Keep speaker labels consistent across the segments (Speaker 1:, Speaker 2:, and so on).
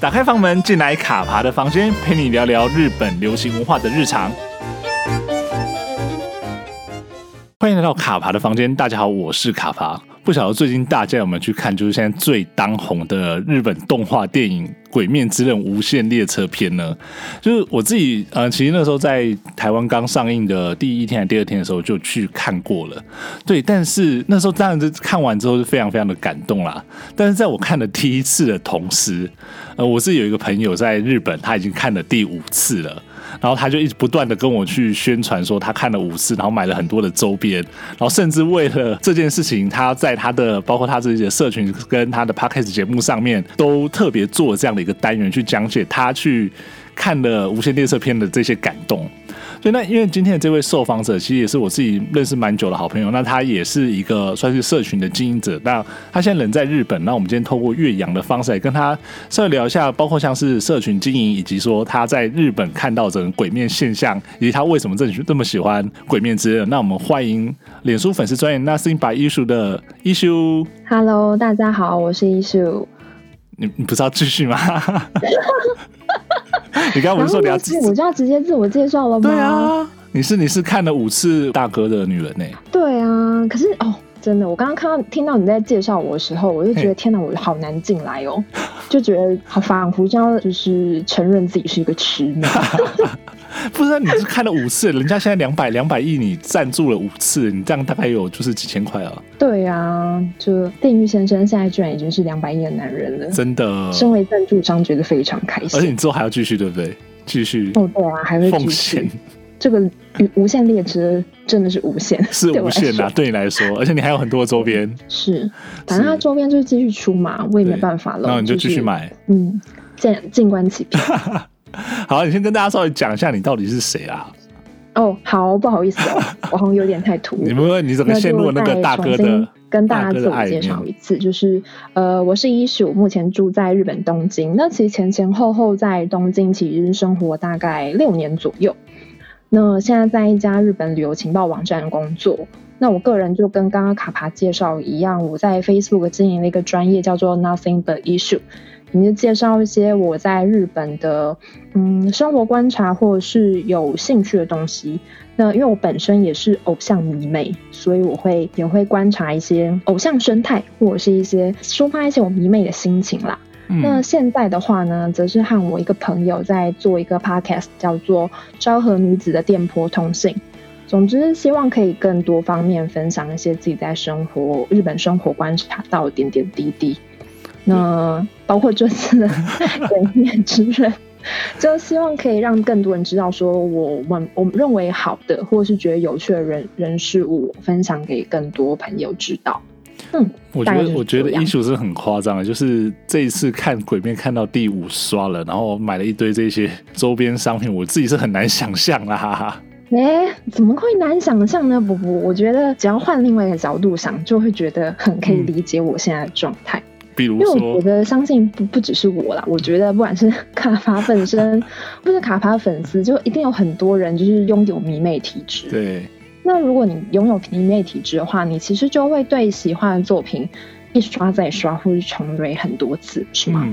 Speaker 1: 打开房门，进来卡爬的房间，陪你聊聊日本流行文化的日常。欢迎来到卡爬的房间，大家好，我是卡爬。不晓得最近大家有没有去看，就是现在最当红的日本动画电影《鬼面之刃：无限列车篇》呢？就是我自己，呃，其实那时候在台湾刚上映的第一天还是第二天的时候就去看过了，对。但是那时候当然是看完之后是非常非常的感动啦。但是在我看了第一次的同时，呃，我是有一个朋友在日本，他已经看了第五次了。然后他就一直不断的跟我去宣传说他看了五次，然后买了很多的周边，然后甚至为了这件事情，他在他的包括他自己的社群跟他的 podcast 节目上面都特别做这样的一个单元去讲解他去看了《无线列车篇》的这些感动。所以那因为今天的这位受访者其实也是我自己认识蛮久的好朋友，那他也是一个算是社群的经营者，那他现在人在日本，那我们今天透过岳阳的方式来跟他稍微聊一下，包括像是社群经营，以及说他在日本看到整个鬼面现象，以及他为什么这这么喜欢鬼面之刃。那我们欢迎脸书粉丝专业 Nothing by 艺术的一修，
Speaker 2: Hello，大家好，我是一树。
Speaker 1: 你你不是要继续吗？ 你刚刚不是说你要自
Speaker 2: 然后我就要直接自我介绍了吗？
Speaker 1: 对，啊？你是你是看了五次大哥的女人呢、
Speaker 2: 对啊。可是哦，真的，我刚刚看到听到你在介绍我的时候，我就觉
Speaker 1: 嘿
Speaker 2: 得天哪，我好难进来哦，就觉得好仿佛就要就是承认自己是一个痴 迷。
Speaker 1: 不是啊，你是看了五次， 人家现在两百两百亿，你赞助了五次，你这样大概有就是几千块啊，
Speaker 2: 对啊，就电狱先生现在居然已经是两百亿的男人了，
Speaker 1: 真的。
Speaker 2: 身为赞助商觉得非常开
Speaker 1: 而且
Speaker 2: 心。
Speaker 1: 你之后还要继续，对不对？继续
Speaker 2: 哦，对啊，还会
Speaker 1: 奉
Speaker 2: 继
Speaker 1: 献
Speaker 2: 续。这个无无限列车真的是无限，
Speaker 1: 是
Speaker 2: 对我
Speaker 1: 无
Speaker 2: 来
Speaker 1: 限
Speaker 2: 说
Speaker 1: 啊，对你来说，而且你还有很多的周边，
Speaker 2: 是，反正
Speaker 1: 是
Speaker 2: 他周边就是继续出嘛，我也没
Speaker 1: 对
Speaker 2: 办法了。
Speaker 1: 然后你就继续
Speaker 2: 是，
Speaker 1: 买。
Speaker 2: 嗯，见静观其变。
Speaker 1: 好，你先跟大家稍微讲一下你到底是谁啊？
Speaker 2: 哦，好，不好意思 哦，我好像有点太突兀
Speaker 1: 你。们你怎么
Speaker 2: 那
Speaker 1: 陷入
Speaker 2: 就
Speaker 1: 了那个
Speaker 2: 再
Speaker 1: 大哥
Speaker 2: 重新
Speaker 1: 的？
Speaker 2: 跟
Speaker 1: 大哥
Speaker 2: 大家
Speaker 1: 的
Speaker 2: 自我
Speaker 1: 爱
Speaker 2: 介
Speaker 1: 里面
Speaker 2: 绍一次，就是呃，我是一十五，目前住在日本东京。那其实前前后后在东京其实生活大概六年左右。那现在在一家日本旅游情报网站工作。那我个人就跟刚刚卡帕介绍一样，我在 Facebook 经营了一个专业叫做 Nothing But Issue，里面介绍一些我在日本的嗯生活观察或者是有兴趣的东西。那因为我本身也是偶像迷妹，所以我会也会观察一些偶像生态，或者是一些抒发一些我迷妹的心情啦。那
Speaker 1: 嗯，
Speaker 2: 现在的话呢，则是和我一个朋友在做一个 podcast，叫做《昭和女子的电波通信》。总之，希望可以更多方面分享一些自己在生活日本生活观察到的点点滴滴。那包括这次的 《鬼灭之刃》，就希望可以让更多人知道，说我们我们认为好的，或是觉得有趣的人人事物，分享给更多朋友知道。嗯，
Speaker 1: 我觉
Speaker 2: 大概
Speaker 1: 得
Speaker 2: 就是
Speaker 1: 我觉得
Speaker 2: 这样
Speaker 1: 艺术是很夸张的，就是这一次看《鬼面》看到第五刷了，然后买了一堆这些周边商品，我自己是很难想象啦。哈哈。
Speaker 2: 哎、怎么会难想象呢？不不，我觉得只要换另外一个角度想，就会觉得很可以理解我现在的状态。
Speaker 1: 比如
Speaker 2: 因为我
Speaker 1: 嗯说
Speaker 2: 觉，得，相信不不只是我啦，我觉得不管是 卡帕本身，不是卡帕粉丝，就一定有很多人就是拥有迷妹体质。
Speaker 1: 对，
Speaker 2: 那如果你拥有迷妹体质的话，你其实就会对喜欢的作品一刷再刷，或是重蕊很多次，是吗？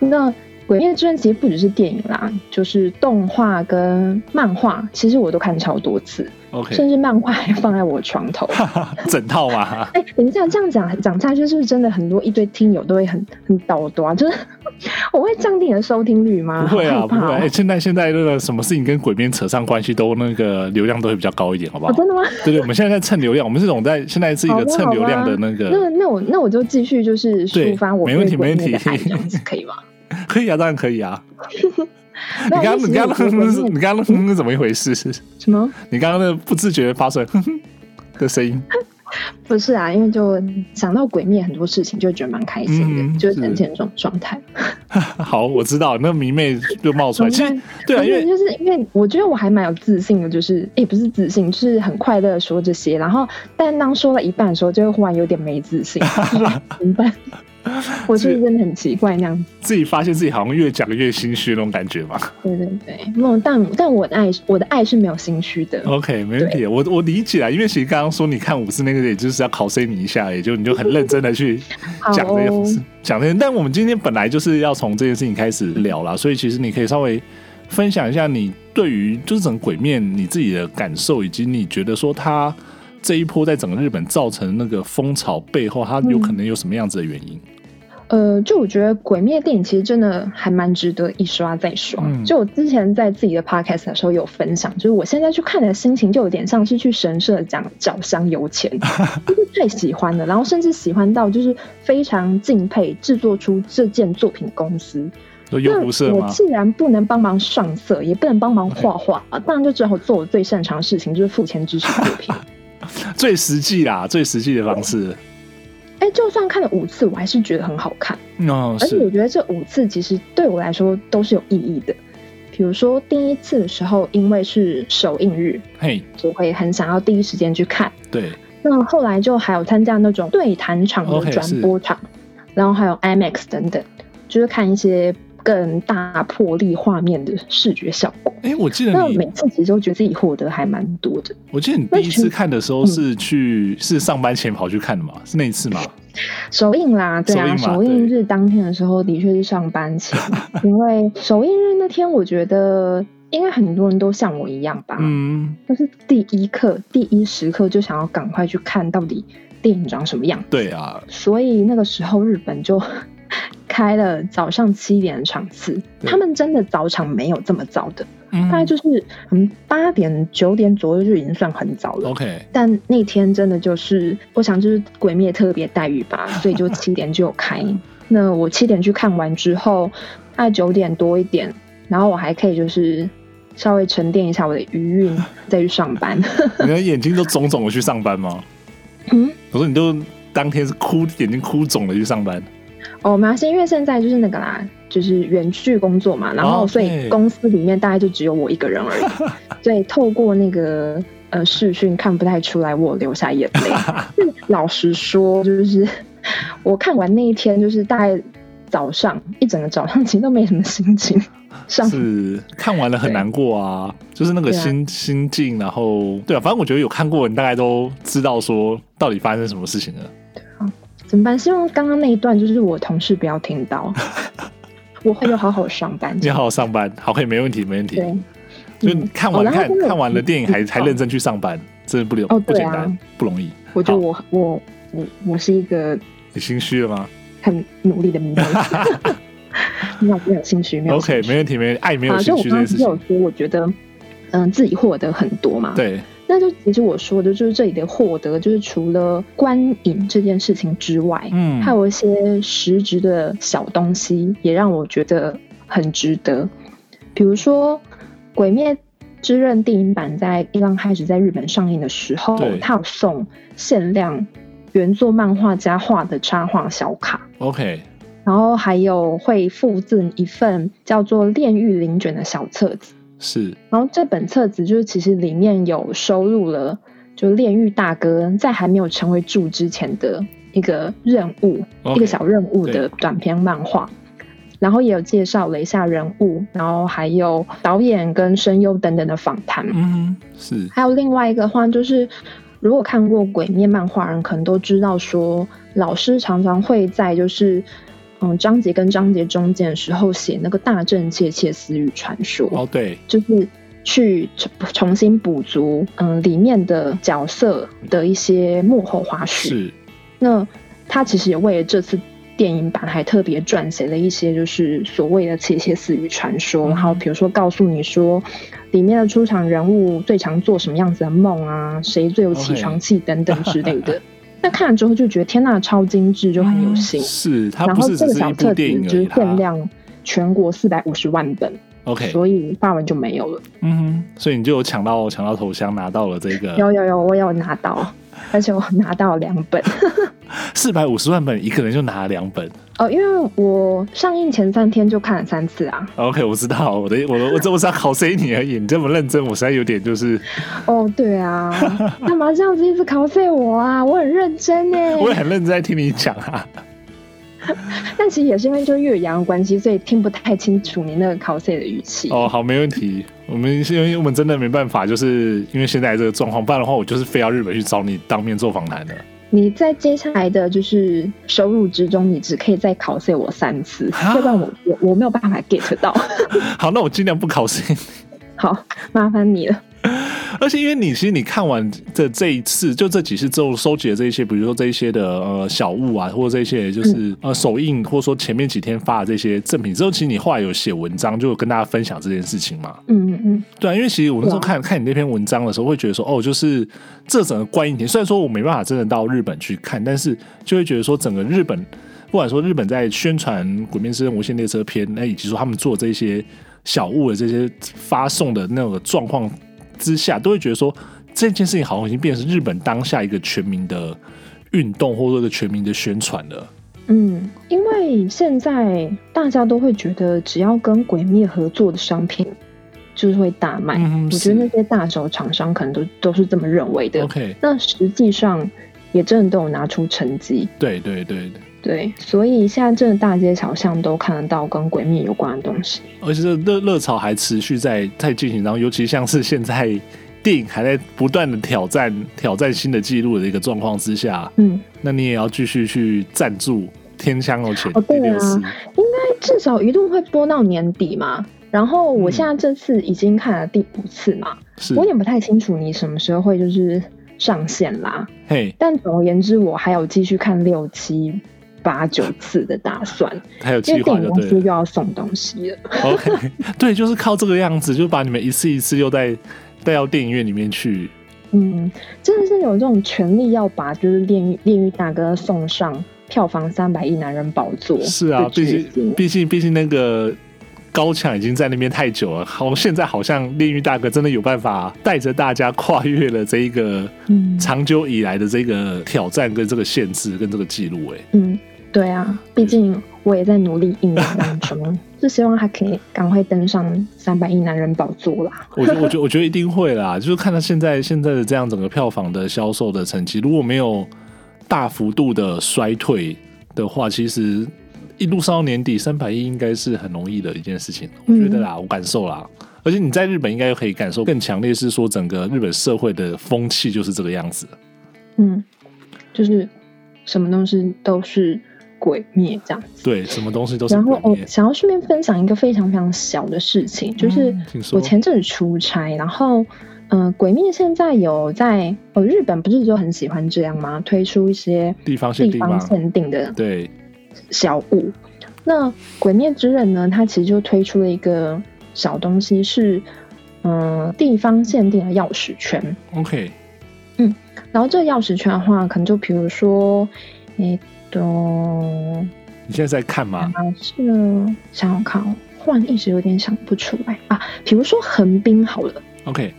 Speaker 1: 嗯，
Speaker 2: 那《鬼灭之刃》其实不只是电影啦，就是动画跟漫画，其实我都看超多次。甚
Speaker 1: OK，
Speaker 2: 至漫画还放在我床 头。
Speaker 1: 整套嘛，
Speaker 2: 哎、你这样这样讲讲下去，是不是真的很多一堆听友都会很很捣多啊？就是 我会降低你的收听率吗？
Speaker 1: 不会啊，
Speaker 2: 好
Speaker 1: 不
Speaker 2: 害怕
Speaker 1: 会、
Speaker 2: 哦
Speaker 1: 哎现在现在那个什么事情跟鬼面扯上关系，都那个流量都会比较高一点，好不好？
Speaker 2: 哦，真的吗？
Speaker 1: 对对，我们现在在蹭流量，我们这种在现在是一个蹭流量的那
Speaker 2: 那
Speaker 1: 个，
Speaker 2: 那我那我就继续就是
Speaker 1: 对
Speaker 2: 抒发我
Speaker 1: 没问题
Speaker 2: 对鬼
Speaker 1: 没
Speaker 2: 灭
Speaker 1: 问
Speaker 2: 的
Speaker 1: 题
Speaker 2: 爱，这样子可 以吗？
Speaker 1: 可以啊，当然可以啊。你刚刚你刚刚哼哼是，你
Speaker 2: 没有因为其实我觉得鬼灭
Speaker 1: 刚刚哼哼是怎么一回事？
Speaker 2: 什么？
Speaker 1: 你刚刚那不自觉发出来哼哼的声音，
Speaker 2: 不是啊，因为就想到鬼灭很多事情，就觉得蛮开心的，
Speaker 1: 嗯
Speaker 2: 就是呈
Speaker 1: 是
Speaker 2: 现这种状态。
Speaker 1: 好，我知道，那迷妹就冒 出来。其实对啊，
Speaker 2: 而
Speaker 1: 因
Speaker 2: 且
Speaker 1: 为
Speaker 2: 就是因为我觉得我还蛮有自信的，就是也、不是自信，就是很快乐地说这些，然后但当说到一半的时候，就会忽然有点没自信， 就是怎么办？我是不是真的很奇怪那样子？
Speaker 1: 自己发现自己好像越讲越心虚那种感觉 嘛。
Speaker 2: 对对对，嗯，但但我的爱，我的爱是没有心虚的。
Speaker 1: OK，没问题，我我理解啊，因为其实刚刚说你看五次那个，也就是是要考 C 你一下，也就你就很认真的去
Speaker 2: 好
Speaker 1: 讲这
Speaker 2: 哦
Speaker 1: 件事讲这件。但我们今天本来就是要从这件事情开始聊啦，所以其实你可以稍微分享一下你对于就是整个鬼面你自己的感受，以及你觉得说它这一波在整个日本造成那个风潮背后，它
Speaker 2: 嗯
Speaker 1: 有可能有什么样子的原因？
Speaker 2: 呃，就我觉得《鬼灭》电影其实真的还蛮值得一刷再刷。
Speaker 1: 嗯
Speaker 2: 就我之前在自己的 podcast 的时候有分享，就是我现在去看的心情就有点像是去神社讲找香 油钱，就是太喜欢了，然后甚至喜欢到就是非常敬佩制作出这件作品的公司。
Speaker 1: 说
Speaker 2: 那
Speaker 1: 优不社
Speaker 2: 我
Speaker 1: 吗？
Speaker 2: 既然不能帮忙上色，也不能帮忙画画，
Speaker 1: 哎
Speaker 2: 当然就只好做我最擅长的事情，就是付钱支持作 品。
Speaker 1: 最实际啦，最实际的方式。
Speaker 2: 哎，就算看了五次，我还是觉得很好看。
Speaker 1: 哦，
Speaker 2: 而且我
Speaker 1: 是，
Speaker 2: 觉得这五次其实对我来说都是有意义的。比如说第一次的时候，因为是首映日，
Speaker 1: 嘿，
Speaker 2: 我会很想要第一时间去看。
Speaker 1: 对，
Speaker 2: 那后来就还有参加那种对谈场的
Speaker 1: OK，
Speaker 2: 转播场然后还有 IMAX 等等，就是看一些更大魄力画面的视觉效果。
Speaker 1: 哎、我记得
Speaker 2: 那
Speaker 1: 你
Speaker 2: 每，次其实都觉得自己获得还蛮多的。
Speaker 1: 我记得你第一次看的时候
Speaker 2: 嗯
Speaker 1: 是去、是上班前跑去看的嘛？是那一次吗？
Speaker 2: 首映啦，对啊，
Speaker 1: 首映嘛
Speaker 2: 首映日当天的时候的确是上班 前，因为首映日那天，我觉得应该很多人都像我一样吧，
Speaker 1: 嗯，
Speaker 2: 就是第一刻、第一时刻就想要赶快去看到底电影长什么样，
Speaker 1: 对啊，
Speaker 2: 所以那个时候日本就 开了早上七点的场次，
Speaker 1: 对
Speaker 2: 他们真的早场没有这么早的，
Speaker 1: 嗯
Speaker 2: 大概就是嗯八点九点左右就已经算很早了。
Speaker 1: OK，
Speaker 2: 但那天真的就是，我想就是鬼灭特别待遇吧，所以就七点就有开。那我七点去看完之后，大概九点多一点，然后我还可以就是稍微沉淀一下我的余韵，再去上班。
Speaker 1: 你的眼睛都肿肿的去上班吗？
Speaker 2: 嗯，
Speaker 1: 我说你都当天是哭眼睛哭肿了去上班，
Speaker 2: 哦，没关系，因为现在就是那个啦，就是远距工作嘛，然
Speaker 1: 哦
Speaker 2: 后
Speaker 1: 对
Speaker 2: 所以公司里面大概就只有我一个人而已， 所以透过那个呃视讯看不太出来我流下眼 泪。但老实说，就是 我看完那一天，就是大概早上一整个早上 其实都没什么 心情上。
Speaker 1: 是看完了很难过啊，就是那个
Speaker 2: 对啊
Speaker 1: 心、心境，然后对啊，反正我觉得有看过的人大概都知道说到底发生什么事情了。
Speaker 2: 怎么办？希望刚刚那一段就是我同事不要 听到，我会好好上班。
Speaker 1: 你好好上班，好，可以，没问题，没问题。
Speaker 2: 对，
Speaker 1: 所以你看完
Speaker 2: 哦然后
Speaker 1: 看
Speaker 2: 真的
Speaker 1: 看完了电影还
Speaker 2: 嗯
Speaker 1: 还认真去上班，真的不容
Speaker 2: 哦
Speaker 1: 不
Speaker 2: 对
Speaker 1: 简
Speaker 2: 啊
Speaker 1: 单，不容易。
Speaker 2: 我觉得
Speaker 1: 好
Speaker 2: 我我我我是一个
Speaker 1: 你心虚了吗
Speaker 2: 很努力 的迷妹。 没有没有兴趣，没有兴
Speaker 1: ？OK，
Speaker 2: 趣
Speaker 1: 没问题，没问题。爱没有
Speaker 2: 啊，就
Speaker 1: 心
Speaker 2: 我
Speaker 1: 虚
Speaker 2: 刚
Speaker 1: 这
Speaker 2: 刚
Speaker 1: 件
Speaker 2: 只
Speaker 1: 事
Speaker 2: 有
Speaker 1: 情，
Speaker 2: 说，我觉得嗯、自己获得很多嘛。，
Speaker 1: 对，
Speaker 2: 那就其实我说的就是这里的获得，就是除了观影这件事情之外，
Speaker 1: 嗯
Speaker 2: 还有一些实质的小东西，也让我觉得很值得。比如说，《鬼灭之刃》电影版在一刚开始在日本上映的时候
Speaker 1: 对，
Speaker 2: 它有送限量原作漫画家画的插画小卡。
Speaker 1: ，OK，
Speaker 2: 然后还有会附赠一份叫做《炼狱灵卷》的小册子。
Speaker 1: 是
Speaker 2: 然后这本册子就是其实里面有收录了，就炼狱大哥在还没有成为柱之前的一个任务
Speaker 1: OK，
Speaker 2: 一个小任务的短篇漫画。然后也有介绍了一下人物，然后还有导演跟声优等等的访谈。
Speaker 1: 嗯，是
Speaker 2: 还有另外一个话就是，如果看过《鬼灭》漫画的人，可能都知道说，老师常常会在就是嗯章节跟章节中间的时候写那个大正窃窃私语传说，
Speaker 1: 哦，对，
Speaker 2: 就是去重重新补足嗯里面的角色的一些幕后花絮。
Speaker 1: 是
Speaker 2: 那他其实也为了这次。电影版还特别撰写了一些，就是所谓的窃窃私语传说，
Speaker 1: 嗯
Speaker 2: 然后比如说告诉你说，里面的出场人物最常做什么样子的梦啊，谁最有起
Speaker 1: OK
Speaker 2: 床气等等之类 的。那看了之后就觉得天呐，超精致，就很有心。
Speaker 1: 嗯是它
Speaker 2: 然
Speaker 1: 不
Speaker 2: 后
Speaker 1: 是只
Speaker 2: 这个
Speaker 1: 是
Speaker 2: 小
Speaker 1: 一
Speaker 2: 册
Speaker 1: 部
Speaker 2: 子
Speaker 1: 电影而
Speaker 2: 只
Speaker 1: 已，
Speaker 2: 限
Speaker 1: 它
Speaker 2: 量全国四百五十万本，
Speaker 1: OK，
Speaker 2: 所以发文就没有了。
Speaker 1: 嗯哼，所以你就有抢到抢到头香，拿到了这个
Speaker 2: 有有有，我有拿到，而且我拿到两 本。
Speaker 1: 四百五十万本，一个人就拿了两本。
Speaker 2: 哦，因为我上映前三天就看了三次啊。
Speaker 1: OK，我知道，我的我的我这我是要考 C 你而已，你这么认真，我实在有点就是，
Speaker 2: 哦，对 啊，干嘛这样子一直 cos 我啊？我很认真欸呢。
Speaker 1: 我也很认真在听你讲啊。
Speaker 2: 但其实也是因为就是岳阳的关系，所以听不太清楚你那个 cos 的语气。
Speaker 1: 哦，好，没问题。我们是因为我们真的没办法，就是因为现在这个状况，不然的话，我就是非要日本去找你当面做访谈的。
Speaker 2: 你在接下来的就是收入之中，你只可以再考 C 我三次，
Speaker 1: 啊
Speaker 2: 要不然我我我没有办法 get 到。
Speaker 1: 好，那我尽量不考试。
Speaker 2: 好，麻烦你了。
Speaker 1: 而且因为你其实你看完这这一次，就这几次之后收集的这一些，比如说这一些的呃小物啊，或者这一些就是、呃首映，或者说前面几天发的这些赠品之后，其实你后来有写文章，就有跟大家分享这件事情嘛。
Speaker 2: 嗯嗯嗯，
Speaker 1: 对啊，因为其实我那时候
Speaker 2: 对啊
Speaker 1: 看看你那篇文章的时候，会觉得说，哦，就是这整个观影体验，虽然说我没办法真的到日本去看，但是就会觉得说，整个日本，不管说日本在宣传《鬼面之刃：无限列车篇》，那以及说他们做这些小物的这些发送的那个状况之下，都会觉得说，这件事情好像已经变成是日本当下一个全民的运动，或者说一个全民的宣传了。
Speaker 2: 嗯，因为现在大家都会觉得，只要跟鬼灭合作的商品，就是会大卖。
Speaker 1: 嗯
Speaker 2: 我觉
Speaker 1: 是
Speaker 2: 得那些大手厂商可能都都是这么认为的。
Speaker 1: OK，
Speaker 2: 那实际上也真的都有拿出成绩，
Speaker 1: 对对对对。
Speaker 2: 对，所以现在真的大街小巷都看得到跟鬼灭有关的东西。
Speaker 1: 而且这热热潮还持续在在进行当中，尤其像是现在电影还在不断的挑战挑战新的纪录的一个状况之下，
Speaker 2: 嗯，
Speaker 1: 那你也要继续去赞助《天香楼前
Speaker 2: 哦
Speaker 1: 第
Speaker 2: 对啊
Speaker 1: 六次，
Speaker 2: 应该至少一度会播到年底嘛。然后我
Speaker 1: 嗯
Speaker 2: 现在这次已经看了第五次嘛，
Speaker 1: 是
Speaker 2: 我有点不太清楚你什么时候会就是上线啦。
Speaker 1: 嘿，
Speaker 2: 但总而言之，我还有继续看六七八九次的 打算，
Speaker 1: 还有
Speaker 2: 因
Speaker 1: 计
Speaker 2: 为
Speaker 1: 划
Speaker 2: 电影
Speaker 1: 就
Speaker 2: 公司
Speaker 1: 对
Speaker 2: 又
Speaker 1: 了。
Speaker 2: 要送东西了。
Speaker 1: OK，对， 就是靠这个样子，就把你们一次一次又带带到电影院里面去。
Speaker 2: 嗯，真的是有这种权利要把就是炼狱炼狱大哥送上票房三百亿男人宝座。
Speaker 1: 是啊，毕竟
Speaker 2: 竟
Speaker 1: 毕竟毕竟那个。高墙已经在那边太久了，好，现在好像炼狱大哥真的有办法带着大家跨越了这一个
Speaker 2: 嗯
Speaker 1: 长久以来的这个挑战跟这个限制跟这个记录，哎，
Speaker 2: 嗯，对啊，毕竟我也在努力应啊战当 中，是希望他可以赶快登上三百亿男人宝座啦。
Speaker 1: 我觉得我觉得我觉得一定会啦，就是看到现在现在的这样整个票房的销售的成绩，如果没有大幅度的衰退的话，其实一路上到年底三百亿应该是很容易的一件事情，
Speaker 2: 嗯
Speaker 1: 我觉得啦，我感受啦。而且你在日本应该可以感受更强烈，是说整个日本社会的风气就是这个样子。
Speaker 2: 嗯，就是什么东西都是鬼灭这样子。
Speaker 1: 对，什么东西都是
Speaker 2: 然后哦
Speaker 1: 鬼
Speaker 2: 我
Speaker 1: 灭
Speaker 2: 想要顺便分享一个非常非常小的事情，就是
Speaker 1: 嗯请说
Speaker 2: 我前阵子出差，然后嗯、呃鬼灭现在有在哦，日本不是就很喜欢这样吗？推出一些
Speaker 1: 地方限
Speaker 2: 地
Speaker 1: 定嘛
Speaker 2: 方，限定的
Speaker 1: 对，
Speaker 2: 小物。那《鬼灭之刃》呢，它其实就推出了一个小东西是，嗯地方限定的钥匙圈。
Speaker 1: OK，
Speaker 2: 然后这个钥匙圈的话，可能就比如说，诶，懂。
Speaker 1: 你现在在看吗？
Speaker 2: 啊，是想想看哦，忽然一时有点想不出来啊。比如说横滨好了，
Speaker 1: OK，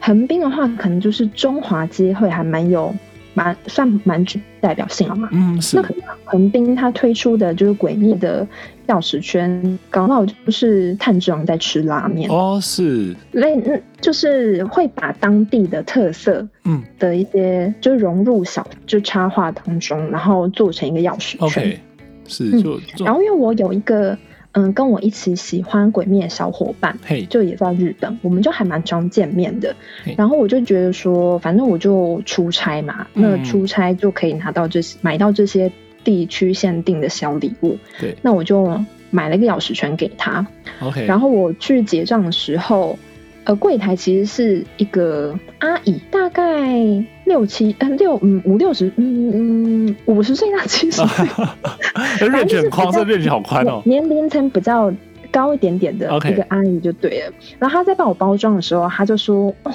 Speaker 2: 横滨的话，可能就是中华街会还蛮有蛮算蛮具代表性了嘛。
Speaker 1: 嗯，是
Speaker 2: 那可能横滨它推出的就是诡秘的钥匙圈，搞不好就是炭治郎在吃拉面，
Speaker 1: 哦，是，
Speaker 2: 那、那就是会把当地的特色
Speaker 1: 嗯
Speaker 2: 的一些就融入小就插画当中，然后做成一个钥匙圈。
Speaker 1: ，OK，是
Speaker 2: 嗯
Speaker 1: 就就
Speaker 2: 然后因为我有一个嗯跟我一起喜欢鬼灭的小伙伴，
Speaker 1: 嘿，
Speaker 2: 就也在日本，我们就还蛮常见面的
Speaker 1: 嘿。
Speaker 2: 然后我就觉得说，反正我就出差嘛，
Speaker 1: 嗯
Speaker 2: 那出差就可以拿到这些买到这些地区限定的小礼物，
Speaker 1: 对
Speaker 2: 那我就买了一个钥匙圈给他。
Speaker 1: ，OK，
Speaker 2: 然
Speaker 1: 后
Speaker 2: 后我去结账的时候。呃，柜台其实是一个阿姨，大概六七嗯六嗯五六十嗯嗯五十岁到七 十岁
Speaker 1: 认
Speaker 2: 就是
Speaker 1: 很宽，
Speaker 2: 比
Speaker 1: 这
Speaker 2: 较
Speaker 1: 认 e 好宽 哦。
Speaker 2: 年龄层比较高一点点的
Speaker 1: OK
Speaker 2: 一个阿姨就对了。然后她在帮我包装的时候，她就说：“哦，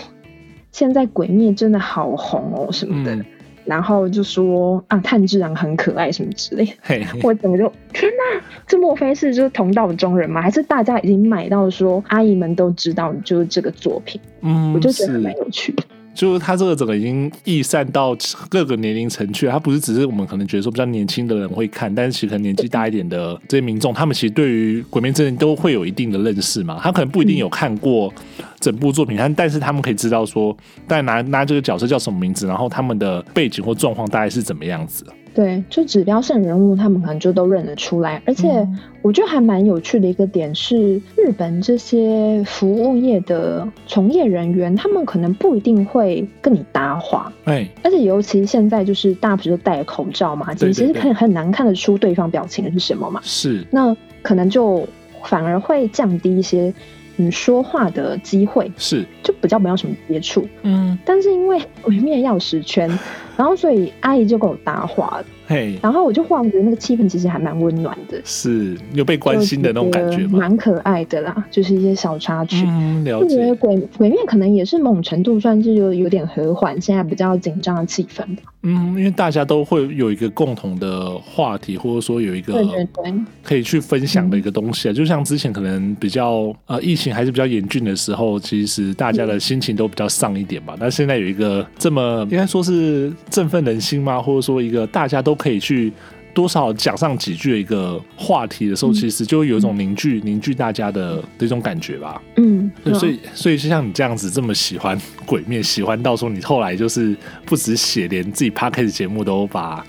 Speaker 2: 现在鬼灭真的好红哦什么的。
Speaker 1: 嗯
Speaker 2: 然后就说：“啊，炭治郎很可爱什么之类的。”
Speaker 1: 嘿，
Speaker 2: 我整个就天哪，这莫非是就是同道中人吗？还是大家已经买到说阿姨们都知道就是这个作品？
Speaker 1: 嗯，
Speaker 2: 我就觉得还
Speaker 1: 是
Speaker 2: 蛮，有趣的。
Speaker 1: 就是他这个整个已经溢散到各个年龄层去了，他不是只是我们可能觉得说比较年轻的人会看，但是其实可能年纪大一点的这些民众，他们其实对于《鬼灭之刃》都会有一定的认识嘛，他可能不一定
Speaker 2: 嗯
Speaker 1: 有看过整部作品，但但是他们可以知道说，但拿拿这个角色叫什么名字，然后他们的背景或状况大概是怎么样子。
Speaker 2: 对，就指标性人物，他们可能就都认得出来。而且
Speaker 3: 嗯
Speaker 2: 我觉得还蛮有趣的一个点是，日本这些服务业的从业人员，他们可能不一定会跟你搭话，
Speaker 1: 哎，
Speaker 2: 而且尤其现在就是大家不是都戴口罩嘛，
Speaker 1: 对
Speaker 2: 你其实
Speaker 1: 对对
Speaker 2: 看很难看得出对方表情是什么嘛，
Speaker 1: 是
Speaker 2: 那可能就反而会降低一些嗯说话的机会，
Speaker 1: 是，
Speaker 2: 就比较没有什么接触。
Speaker 3: 嗯
Speaker 2: 但是因为 我面钥匙圈，然后所以阿姨就跟我搭话，
Speaker 1: 嘿，
Speaker 2: 然后我就忽然觉得那个气氛其实还蛮温暖的，
Speaker 1: 是有被关心的那种感
Speaker 2: 就
Speaker 1: 觉
Speaker 2: 是
Speaker 1: 吗？
Speaker 2: 蛮可爱的啦，就是一些小插曲。
Speaker 1: 嗯，了
Speaker 2: 就觉得
Speaker 1: 解，
Speaker 2: 鬼鬼面可能也是某种程度算是有有点和缓现在比较紧张的气氛吧。
Speaker 1: 嗯，因为大家都会有一个共同的话题，或者说有一个
Speaker 2: 对对对嗯
Speaker 1: 可以去分享的一个东西啊。就像之前可能比较呃疫情还是比较严峻的时候，其实大家
Speaker 2: 嗯
Speaker 1: 的心情都比较丧一点吧。那现在有一个这么应该说是振奋人心吗？或者说一个大家都可以去。多少讲上几句的一个话题的时候，
Speaker 2: 嗯
Speaker 1: 其实就会有一种凝聚、凝聚大家的的一种感觉吧。
Speaker 2: 嗯，
Speaker 1: 对，所
Speaker 2: 嗯
Speaker 1: 以所以就像你这样子这么喜欢鬼面，喜欢到说你后来就是不止写，连自己 p 开 d 节目都把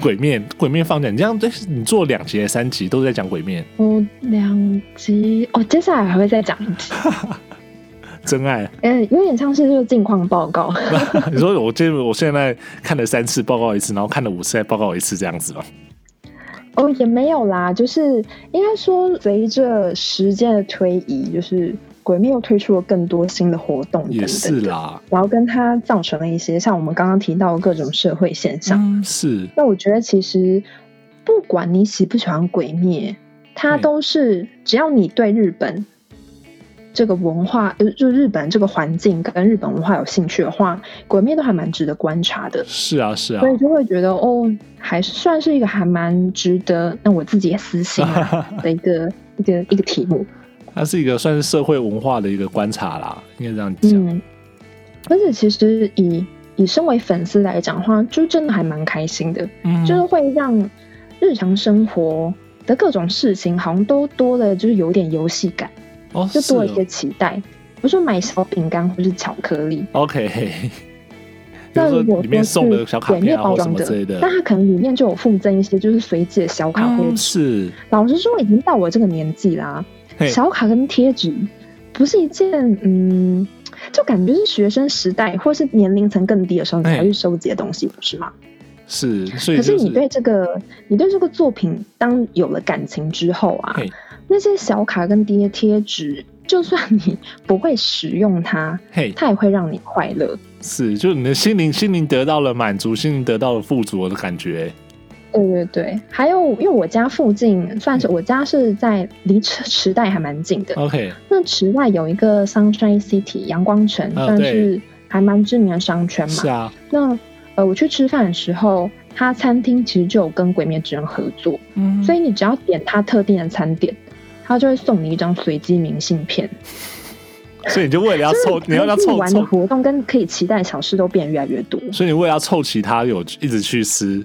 Speaker 1: 鬼面 鬼面放讲。你这样，对你做两集还是三集都在讲鬼面，
Speaker 2: 我两集哦，接下来还会再讲一 集，
Speaker 1: 真爱。
Speaker 2: 嗯，有点像是就是近况报告。
Speaker 1: 你说我这我现在看了三次，报告一次，然后看了五次，再报告一次，这样子吗？
Speaker 2: 哦，也没有啦，就是应该说，随着时间的推移，就是《鬼灭》又推出了更多新的活动等等
Speaker 1: 也
Speaker 2: 的
Speaker 1: 是，啦，
Speaker 2: 然后跟它造成了一些像我们刚刚提到的各种社会现象。
Speaker 1: 嗯，是
Speaker 2: 那我觉得其实不管你喜不喜欢《鬼灭》，它
Speaker 1: 嗯
Speaker 2: 都是只要你对日本这个文化，呃就日本这个环境跟日本文化有兴趣的话，《鬼灭》都还蛮值得观察的。
Speaker 1: 是啊是啊
Speaker 2: 所，以就会觉得哦，还是算是一个还蛮值得那我自己也私心啊的一个 一个一个题目。
Speaker 1: 它是一个算是社会文化的一个观察啦，应该这样讲。
Speaker 2: 嗯，而且其实以以身为粉丝来讲的话，就真的还蛮开心的，
Speaker 1: 嗯，
Speaker 2: 就是会让日常生活的各种事情好像都多了，就是有点游戏感，
Speaker 1: 哦，
Speaker 2: 就多了
Speaker 1: 是
Speaker 2: 一些期待。不是买小饼干或是巧克力，
Speaker 1: 哦 OK 嘿。嘿比
Speaker 2: 那
Speaker 1: 如
Speaker 2: 如
Speaker 1: 说
Speaker 2: 果
Speaker 1: 里面
Speaker 2: 说
Speaker 1: 送
Speaker 2: 是
Speaker 1: 的小卡
Speaker 2: 鬼灭
Speaker 1: 片啊，
Speaker 2: 包
Speaker 1: 或什
Speaker 2: 装
Speaker 1: 么
Speaker 2: 的
Speaker 1: 之类的，
Speaker 2: 但它可能里面就有附赠一些就是随机的小卡或者
Speaker 1: 嗯是，
Speaker 2: 老实说，已经到我这个年纪啦，
Speaker 1: 嘿
Speaker 2: 小卡跟贴纸不是一件嗯，就感觉是学生时代或是年龄层更低的时候你
Speaker 1: 哎
Speaker 2: 才去收集的东西，不是吗？
Speaker 1: 是，所以
Speaker 2: 可是
Speaker 1: 就
Speaker 2: 你对这个，你对这个作品当有了感情之后啊
Speaker 1: 嘿，
Speaker 2: 那些小卡跟贴贴纸，就算你不会使用它，
Speaker 1: 嘿
Speaker 2: 它也会让你快乐。
Speaker 1: 是，就你的心灵心灵得到了满足，心灵得到了富足的感觉。
Speaker 2: 对对对，还有因为我家附近算是我家是在离池池袋还蛮近的，
Speaker 1: OK，
Speaker 2: 那池外有一个 Sunshine City 阳光城，
Speaker 1: 嗯
Speaker 2: 算
Speaker 1: 对
Speaker 2: 是还蛮知名的商圈嘛。
Speaker 1: 是啊，
Speaker 2: 那呃，我去吃饭的时候，它餐厅其实就有跟鬼灭之刃合作，
Speaker 1: 嗯
Speaker 2: 所以你只要点它特定的餐点，它就会送你一张随机明信片。
Speaker 1: 所以你就为了要
Speaker 2: 就是
Speaker 1: 啊凑，你要要
Speaker 2: 自己
Speaker 1: 凑
Speaker 2: 玩的
Speaker 1: 凑，
Speaker 2: 活动跟可以期待的小事都变得越来越多。
Speaker 1: 所以你为了要凑齐它，有一直去吃，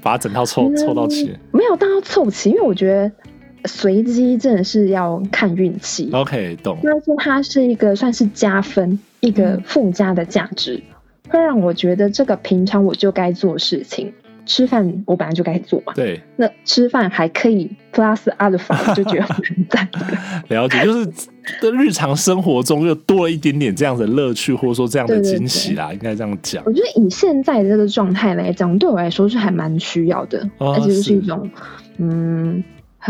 Speaker 1: 把它整套凑凑到齐
Speaker 2: 嗯。没有到凑齐，因为我觉得随机真的是要看运气。
Speaker 1: OK，懂。
Speaker 2: 但是它是一个算是加分，一个附加的价值，会让我觉得这个平常我就该做的事情，吃饭我本来就该做嘛，
Speaker 1: 对，
Speaker 2: 那吃饭还可以 plus alpha，就觉得很赞。
Speaker 1: 了解，就是在日常生活中又多了一点点这样的乐趣，或者说这样的
Speaker 2: 对对
Speaker 1: 惊喜啦，应该这样讲
Speaker 2: 我。觉得以现在这个状态来讲，对我来说是还蛮需要的，
Speaker 1: 哦
Speaker 2: 而且就是是一种嗯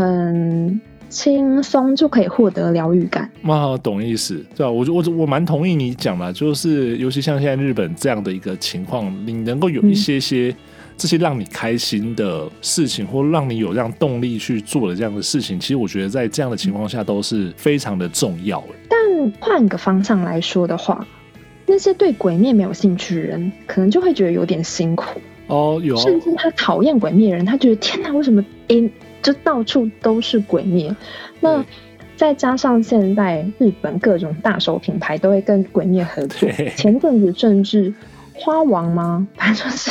Speaker 2: 很轻松就可以获得疗愈感。
Speaker 1: 啊，懂意思，对吧、我就我我蛮同意你讲的，就是尤其像现在日本这样的一个情况，你能够有一
Speaker 2: 嗯
Speaker 1: 些些、这些让你开心的事情，或让你有让动力去做的这样的事情，其实我觉得在这样的情况下都是非常的重要的。
Speaker 2: 但换个方向来说的话，那些对鬼灭没有兴趣的人，可能就会觉得有点辛苦，
Speaker 1: 哦，有
Speaker 2: 甚至他讨厌鬼灭的人，他觉得天哪，为什么诶，就到处都是鬼灭？那
Speaker 1: 对
Speaker 2: 再加上现在日本各种大手品牌都会跟鬼灭合作
Speaker 1: 对，
Speaker 2: 前阵子甚至花王吗？ 反正就是。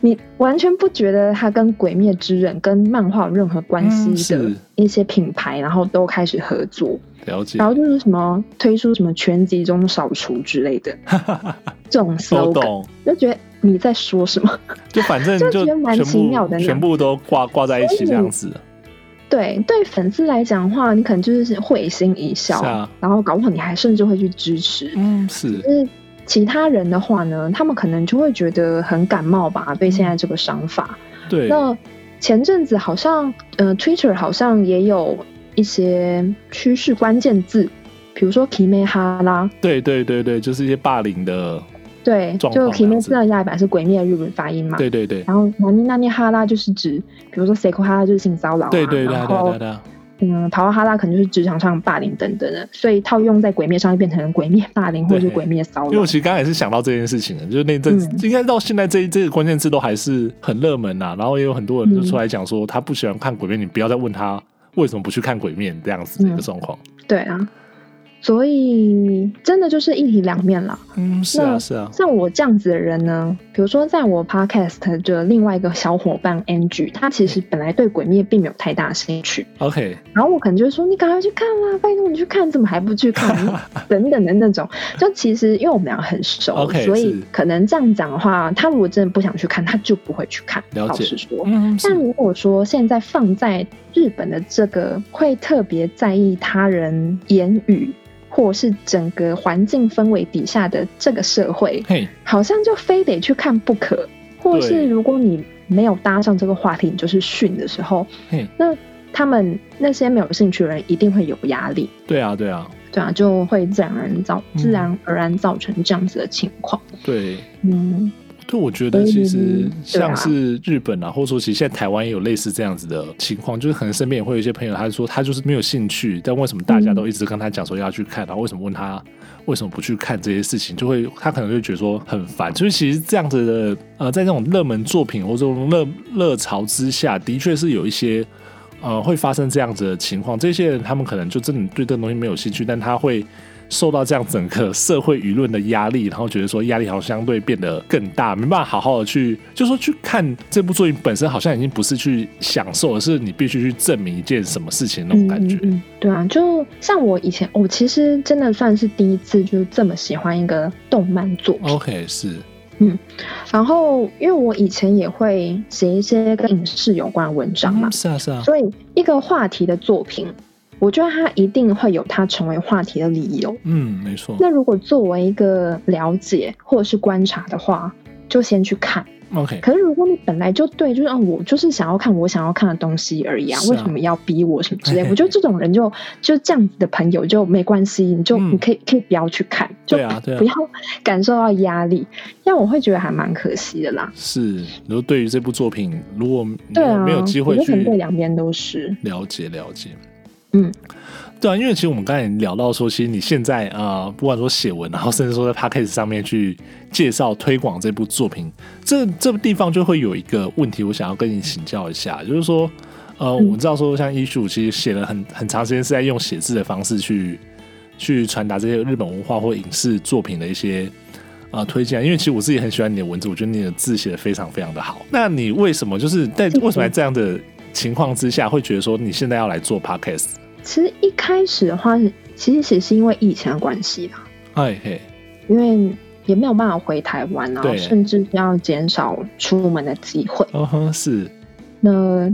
Speaker 2: 你完全不觉得它跟《鬼灭之刃》跟漫画有任何关
Speaker 1: 嗯
Speaker 2: 系的
Speaker 1: 是
Speaker 2: 一些品牌，然后都开始合作，
Speaker 1: 了解
Speaker 2: 然，后就是什么 推出什么全集中少除之类的这种
Speaker 1: 都
Speaker 2: slogan，
Speaker 1: 懂，
Speaker 2: 就觉得你在说什么？
Speaker 1: 就反正
Speaker 2: 就觉得蛮
Speaker 1: 全
Speaker 2: 奇妙的
Speaker 1: 部
Speaker 2: 呢
Speaker 1: 全部都挂挂在一起这样子，
Speaker 2: 对，对粉丝来讲的话，你可能就是会心一笑，
Speaker 1: 是啊
Speaker 2: 然后搞不好你还甚至会去支持。
Speaker 1: 嗯，是
Speaker 2: 就是其他人的话呢，他们可能就会觉得很感冒吧，对现在这个想法。
Speaker 1: 嗯对，
Speaker 2: 那前阵子好像，呃，Twitter 好像也有一些趋势关键字，比如说 k i m e h a 啦，
Speaker 1: 对对对对，就是一些霸凌的，
Speaker 2: 对，
Speaker 1: 状
Speaker 2: 就
Speaker 1: 况
Speaker 2: k
Speaker 1: 这
Speaker 2: i m
Speaker 1: 样
Speaker 2: e
Speaker 1: 子
Speaker 2: 字的亚语版是鬼灭的日本发音嘛。
Speaker 1: 对对对
Speaker 2: 然后南尼那涅哈拉就是指，比如说 s e k o 哈拉就是性骚扰、啊，
Speaker 1: 对对对
Speaker 2: 然
Speaker 1: 啊对啊
Speaker 2: 后
Speaker 1: 对啊对啊，
Speaker 2: 嗯，桃花哈拉可能就是职场上霸凌等等的，所以套用在鬼灭上就变成鬼灭霸凌或者是
Speaker 1: 对
Speaker 2: 鬼灭骚
Speaker 1: 因为
Speaker 2: 扰
Speaker 1: 我。其实刚刚也是想到这件事情的，就是那阵、
Speaker 2: 嗯
Speaker 1: 应该到现在这一这个关键字都还是很热门呐、然后也有很多人就出来讲说他不喜欢看鬼面，你不要再问他为什么不去看鬼面这样子的一个状况。
Speaker 2: 对啊，所以真的就是一体两面啦。
Speaker 1: 嗯，是啊
Speaker 2: 那
Speaker 1: 是啊，
Speaker 2: 像我这样子的人呢，比如说在我 podcast 的另外一个小伙伴 Angie，他其实本来对鬼灭并没有太大兴趣，
Speaker 1: OK，
Speaker 2: 然后我可能就会说你赶快去看啦，拜托你去看，怎么还不 去看？等等的那种。就其实因为我们俩很熟
Speaker 1: OK，
Speaker 2: 所以
Speaker 1: 是
Speaker 2: 可能这样讲的话，他如果真的不想去看，他就不会去看。
Speaker 1: 了
Speaker 2: 老
Speaker 1: 解
Speaker 2: 实说，
Speaker 1: 嗯，
Speaker 2: 但
Speaker 1: 是
Speaker 2: 如果说现在放在日本的这个，会特别在意他人言语，或是整个环境氛围底下的这个社会，
Speaker 1: 嘿，
Speaker 2: 好像就非得去看不可，或
Speaker 1: 对
Speaker 2: 是如果你没有搭上这个话题，你就是训的时候
Speaker 1: 嘿，
Speaker 2: 那他们那些没有兴趣的人一定会有压力，
Speaker 1: 对啊对啊
Speaker 2: 对啊，就会自然而然造
Speaker 1: 嗯
Speaker 2: 自然而然造成这样子的情况，
Speaker 1: 对。
Speaker 2: 嗯。
Speaker 1: 就我觉得，其实像
Speaker 2: 嗯
Speaker 1: 是日本啊，或者说其实现在台湾也有类似这样子的情况，就是可能身边也会有一些朋友，他说他就是没有兴趣，但为什么大家都一直跟他讲说要去看，然后为什么问他为什么不去看这些事情，就会他可能就觉得说很烦。就是其实这样子的，呃，在这种热门作品或者这种热热潮之下，的确是有一些。呃，会发生这样子的情况，这些人他们可能就真的对这个东西没有兴趣，但他会受到这样整个社会舆论的压力，然后觉得说压力好像相对变得更大，没办法好好的去，就说去看这部作品本身，好像已经不是去享受，而是你必须去证明一件什么事情那种感觉。
Speaker 2: 嗯嗯嗯。对啊，就像我以前，我其实真的算是第一次就这么喜欢一个动漫作品。
Speaker 1: OK，是
Speaker 2: 然后，因为我以前也会写一些跟影视有关的文章嘛
Speaker 1: 嗯，是啊，是啊，
Speaker 2: 所以一个话题的作品，我觉得它一定会有它成为话题的理由。
Speaker 1: 嗯，没错。
Speaker 2: 那如果作为一个了解或者是观察的话，就先去看。
Speaker 1: OK，
Speaker 2: 可是如果你本来就对，就是、啊，我就是想要看我想要看的东西而已啊，
Speaker 1: 是啊
Speaker 2: 为什么要逼我什么之类？
Speaker 1: 嘿嘿
Speaker 2: 我觉得这种人就就这样子的朋友就没关系，你就、
Speaker 1: 嗯
Speaker 2: 你可以可以不要去看，就
Speaker 1: 对啊对啊
Speaker 2: 不要感受到压力，但我会觉得还蛮可惜的啦。
Speaker 1: 是。如果对于这部作品，如果
Speaker 2: 对啊，
Speaker 1: 没有机会
Speaker 2: 我觉得可
Speaker 1: 去
Speaker 2: 能对两边都是，
Speaker 1: 了解了解，
Speaker 2: 嗯，
Speaker 1: 对啊，因为其实我们刚才也聊到说，其实你现在啊、呃不管说写文，然后甚至说在 p a c k a g e 上面去介绍推广这部作品，这这个地方就会有一个问题，我想要跟你请教一下，就是说，呃，
Speaker 2: 嗯
Speaker 1: 我知道说像艺术其实写了很很长时间是在用写字的方式去去传达这些日本文化或影视作品的一些啊、呃推荐，因为其实我自己很喜欢你的文字，我觉得你的字写的非常非常的好。那你为什么就是在
Speaker 2: 谢谢
Speaker 1: 为什么在这样的情况之下，会觉得说你现在要来做 podcast？
Speaker 2: 其实一开始的话，其实也是因为疫情的关系啦，
Speaker 1: 哎嘿，
Speaker 2: 因为也没有办法回台湾啊
Speaker 1: 对，
Speaker 2: 甚至要减少出门的机会。
Speaker 1: 嗯哼，是
Speaker 2: 那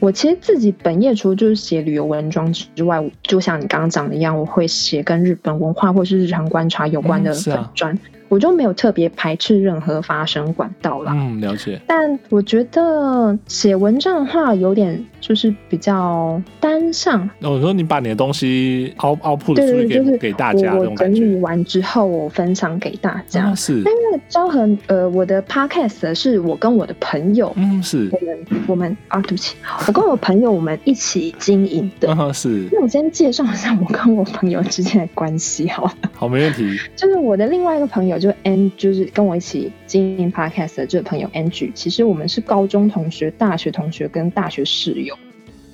Speaker 2: 我其实自己本业除了就是写旅游文章之外，我就像你刚刚讲的一样，我会写跟日本文化或是日常观察有关的
Speaker 1: 嗯是啊
Speaker 2: 粉砖，我就没有特别排斥任何发声管道啦。
Speaker 1: 嗯，了解，
Speaker 2: 但我觉得写文章的话，有点就是比较单向。
Speaker 1: 那我哦说你把你的东西凹凹铺的
Speaker 2: 对
Speaker 1: 出
Speaker 2: 对
Speaker 1: 去
Speaker 2: 对，就
Speaker 1: 给
Speaker 2: 是
Speaker 1: 给大家
Speaker 2: 我
Speaker 1: 这
Speaker 2: 我
Speaker 1: 种感
Speaker 2: 整理
Speaker 1: 觉，
Speaker 2: 完之后，我分享给大家。
Speaker 1: 啊是
Speaker 2: 但，因为昭恒，呃，我的 podcast 是我跟我的朋友，
Speaker 1: 嗯是
Speaker 2: 我，们我们啊，对不起，我跟我朋友我们一起经营的
Speaker 1: 嗯。哼是，
Speaker 2: 那我先介绍一下我跟我朋友之间的关系好了，
Speaker 1: 好没问题，
Speaker 2: 就是我的另外一个朋友，就是 N，就是跟我一起经营 podcast 的这个朋友 Angie，其实我们是高中同学、大学同学跟大学室友，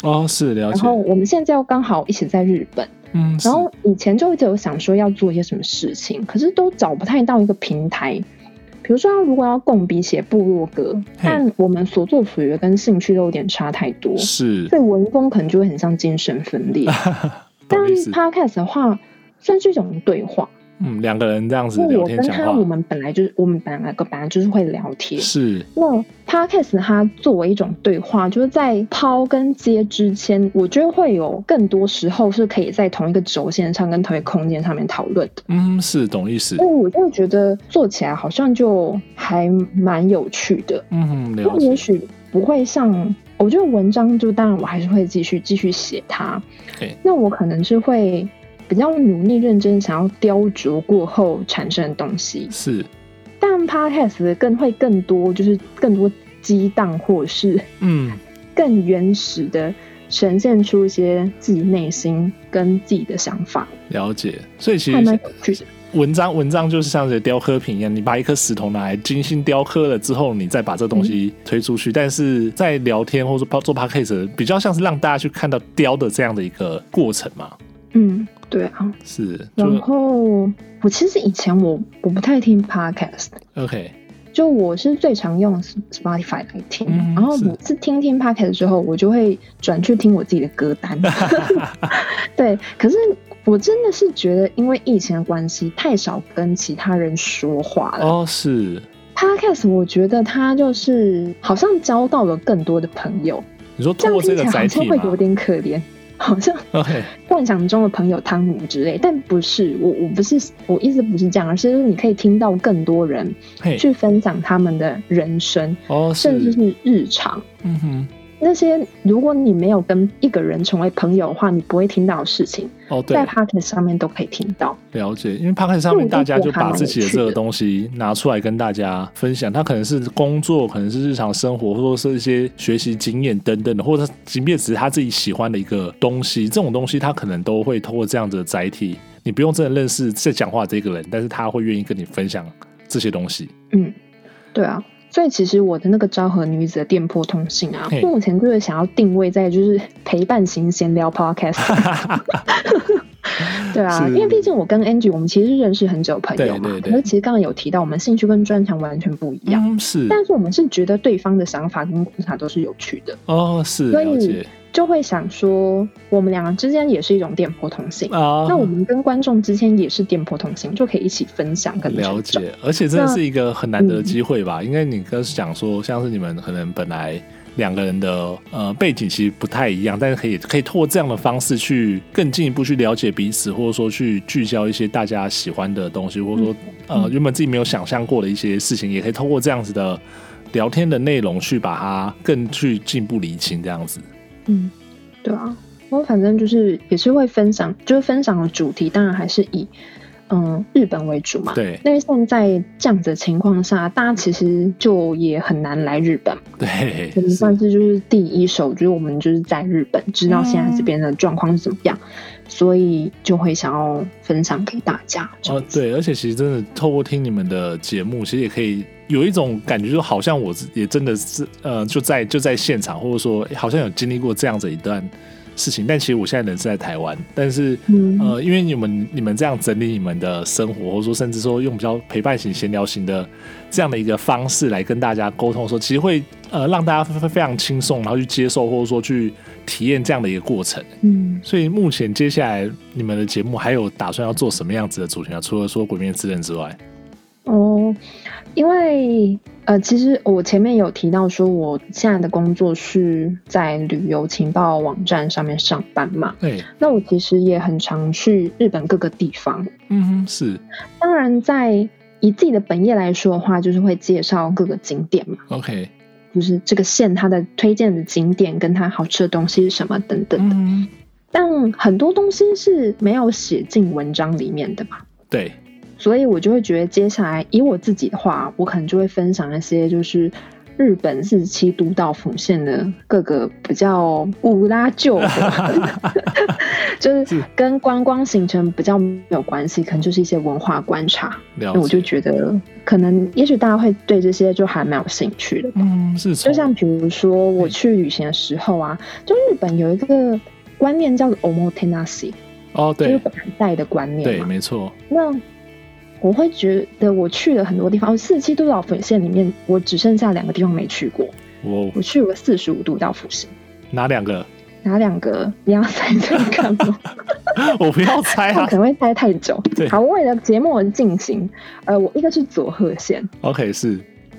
Speaker 1: 哦是了
Speaker 2: 然
Speaker 1: 解
Speaker 2: 后，我们现在又刚好一起在日本，
Speaker 1: 嗯是
Speaker 2: 然，后以前就一直有想说要做一些什么事情，可是都找不太到一个平台。比如说，如果要共笔写部落格，但我们所做所学跟兴趣都有点差太多，
Speaker 1: 是
Speaker 2: 所，以文风可能就会很像精神分裂。
Speaker 1: 懂
Speaker 2: 但
Speaker 1: 意思，
Speaker 2: podcast 的话，算是一种对话，
Speaker 1: 嗯，两个人这样子
Speaker 2: 那
Speaker 1: 聊
Speaker 2: 我
Speaker 1: 天
Speaker 2: 跟
Speaker 1: 讲
Speaker 2: 他，
Speaker 1: 话
Speaker 2: 我，们本来就是我们本来本来就是会聊天。
Speaker 1: 是
Speaker 2: 那 podcast 它作为一种对话，就是在抛跟接之间，我觉得会有更多时候是可以在同一个轴线上跟同一个空间上面讨论的。
Speaker 1: 嗯，是懂意思
Speaker 2: 所。以我就觉得做起来好像就还蛮有趣的。
Speaker 1: 嗯，
Speaker 2: 那
Speaker 1: 了
Speaker 2: 也
Speaker 1: 解。
Speaker 2: 许不会像，我觉得文章就当然我还是会继续继续写它
Speaker 1: 对。
Speaker 2: 那我可能是会比较努力认真想要雕琢过后产生的东西，
Speaker 1: 是，
Speaker 2: 但 podcast 更会更多就是更多激荡或是
Speaker 1: 嗯，
Speaker 2: 更原始的呈现出一些自己内心跟自己的想法，
Speaker 1: 了解。所以其
Speaker 2: 还蛮
Speaker 1: 实
Speaker 2: 有趣的。
Speaker 1: 文章文章就是像是雕刻品一样，你把一颗石头拿来精心雕刻了之后，你再把这东西
Speaker 2: 嗯
Speaker 1: 推出去。但是在聊天或者做 podcast，比较像是让大家去看到雕的这样的一个过程嘛。
Speaker 2: 嗯，对啊。
Speaker 1: 是，就
Speaker 2: 然后我其实以前我我不太听 podcast，
Speaker 1: OK，
Speaker 2: 就我是最常用 Spotify 来听，
Speaker 1: 嗯
Speaker 2: 然后
Speaker 1: 是
Speaker 2: 每次听听 Podcast 之后，我就会转去听我自己的歌 单。对，可是我真的是觉得，因为疫情的关系，太少跟其他人说话了。
Speaker 1: 哦，是。
Speaker 2: Podcast 我觉得它就是好像交到了更多的朋友，
Speaker 1: 你说
Speaker 2: 这
Speaker 1: 通
Speaker 2: 样
Speaker 1: 过这
Speaker 2: 听起
Speaker 1: 个
Speaker 2: 来
Speaker 1: 载
Speaker 2: 好像
Speaker 1: 体
Speaker 2: 会
Speaker 1: 嘛
Speaker 2: 有点可怜，好像
Speaker 1: OK，
Speaker 2: 幻想中的朋友汤姆之类，但不是，我我不是我意思不是这样，而是你可以听到更多人
Speaker 1: 嘿，
Speaker 2: 去分享他们的人生。
Speaker 1: 哦，
Speaker 2: 甚至
Speaker 1: 是，
Speaker 2: 是日常。
Speaker 1: 嗯哼，
Speaker 2: 那些如果你没有跟一个人成为朋友的话，你不会听到的事情，
Speaker 1: 哦，对
Speaker 2: 在，Podcast 上面都可以听到。
Speaker 1: 了解，因为 p o c a s t 上面大家就把自己的这个东西拿出来跟大家分享，它可能是工作，可能是日常生活，或者是一些学习经验等等的，或者即便只是他自己喜欢的一个东西，这种东西他可能都会透过这样子的载体，你不用真的认识在讲话这个人，但是他会愿意跟你分享这些东西。
Speaker 2: 嗯，对啊。所以其实我的那个昭和女子的电波通信啊
Speaker 1: 嘿，
Speaker 2: 目前就是想要定位在就是陪伴型闲聊 podcast，对啊，
Speaker 1: 是
Speaker 2: 因为毕竟我跟 Angie 我们其实是认识很久的朋友嘛，
Speaker 1: 对对对
Speaker 2: 可是其实刚刚有提到我们兴趣跟专长完全不一样，
Speaker 1: 嗯，是，
Speaker 2: 但是我们是觉得对方的想法跟观察都是有趣的，
Speaker 1: 哦，是
Speaker 2: 所以
Speaker 1: 了解
Speaker 2: 就会想说我们两个之间也是一种电波通信，
Speaker 1: 啊。
Speaker 2: 那我们跟观众之间也是电波同行，就可以一起分享跟
Speaker 1: 了
Speaker 2: 成长。
Speaker 1: 解，而且真的
Speaker 2: 那
Speaker 1: 是一个很难得的
Speaker 2: 嗯
Speaker 1: 机会吧？应该你刚讲说，像是你们可能本来两个人的呃背景其实不太一样，但是可以可以通过这样的方式去更进一步去了解彼此，或者说去聚焦一些大家喜欢的东西，或者说呃
Speaker 2: 嗯
Speaker 1: 原本自己没有想象过的一些事情，也可以通过这样子的聊天的内容去把它更去进一步理清，这样子。
Speaker 2: 嗯，对啊，我反正就是也是会分享，就是分享的主题当然还是以嗯日本为主嘛。
Speaker 1: 对
Speaker 2: 因为现在这样子的情况下，大家其实就也很难来日本，
Speaker 1: 对，
Speaker 2: 我们
Speaker 1: 是
Speaker 2: 算是就是第一手，就是我们就是在日本知道现在这边的状况是怎么样，所以就会想要分享给大家。这
Speaker 1: 哦
Speaker 2: 样，子，
Speaker 1: 对，而且其实真的透过听你们的节目，其实也可以有一种感觉，就好像我自也真的是呃，就在就在现场，或者说诶好像有经历过这样子一段事情。但其实我现在人是在台湾，但是、
Speaker 2: 嗯
Speaker 1: 呃，因为你们你们这样整理你们的生活，或者说甚至说用比较陪伴型、闲聊型的这样的一个方式来跟大家沟通的时候，其实会呃让大家非非常轻松，然后去接受或者说去体验这样的一个过程。
Speaker 2: 嗯。
Speaker 1: 所以目前接下来你们的节目还有打算要做什么样子的主题啊？除了说《鬼灭之刃》之外，
Speaker 2: 哦，因为呃，其实我前面有提到说，我现在的工作是在旅游情报网站上面上班嘛。
Speaker 1: 对，
Speaker 2: 那我其实也很常去日本各个地方。
Speaker 1: 嗯哼，是
Speaker 2: 当然，在以自己的本业来说的话，就是会介绍各个景点嘛，
Speaker 1: OK，
Speaker 2: 就是这个县它的推荐的景点跟它好吃的东西是什么等等的。
Speaker 1: 嗯，
Speaker 2: 但很多东西是没有写进文章里面的嘛。
Speaker 1: 对，
Speaker 2: 所以我就会觉得接下来以我自己的话，我可能就会分享一些就是日本四十七都道府县的各个比较五拉旧的， 就是跟观光行程比较没有关系，可能就是一些文化观察。
Speaker 1: 了
Speaker 2: 那
Speaker 1: 解。
Speaker 2: 我就觉得可能也许大家会对这些就还蛮有兴趣的。
Speaker 1: 嗯，是从
Speaker 2: 就像比如说
Speaker 1: 嗯
Speaker 2: 我去旅行的时候啊，就日本有一个观念叫做 omotenashi，
Speaker 1: 哦，
Speaker 2: 就是
Speaker 1: 对
Speaker 2: 本带的观念嘛。
Speaker 1: 对，没错，
Speaker 2: 那我会觉得我去了很多地方，四七度岛府县里面，我只剩下两个地方没去过，
Speaker 1: 我
Speaker 2: 我去了四十五度岛府县。
Speaker 1: 哪两个？
Speaker 2: 哪两个？你要猜这个干嘛？
Speaker 1: 我不要猜
Speaker 2: 他
Speaker 1: 啊
Speaker 2: 可。能会猜太久
Speaker 1: 对。
Speaker 2: 好，为了节目的进行，呃，我一个是佐贺县，
Speaker 1: OK，是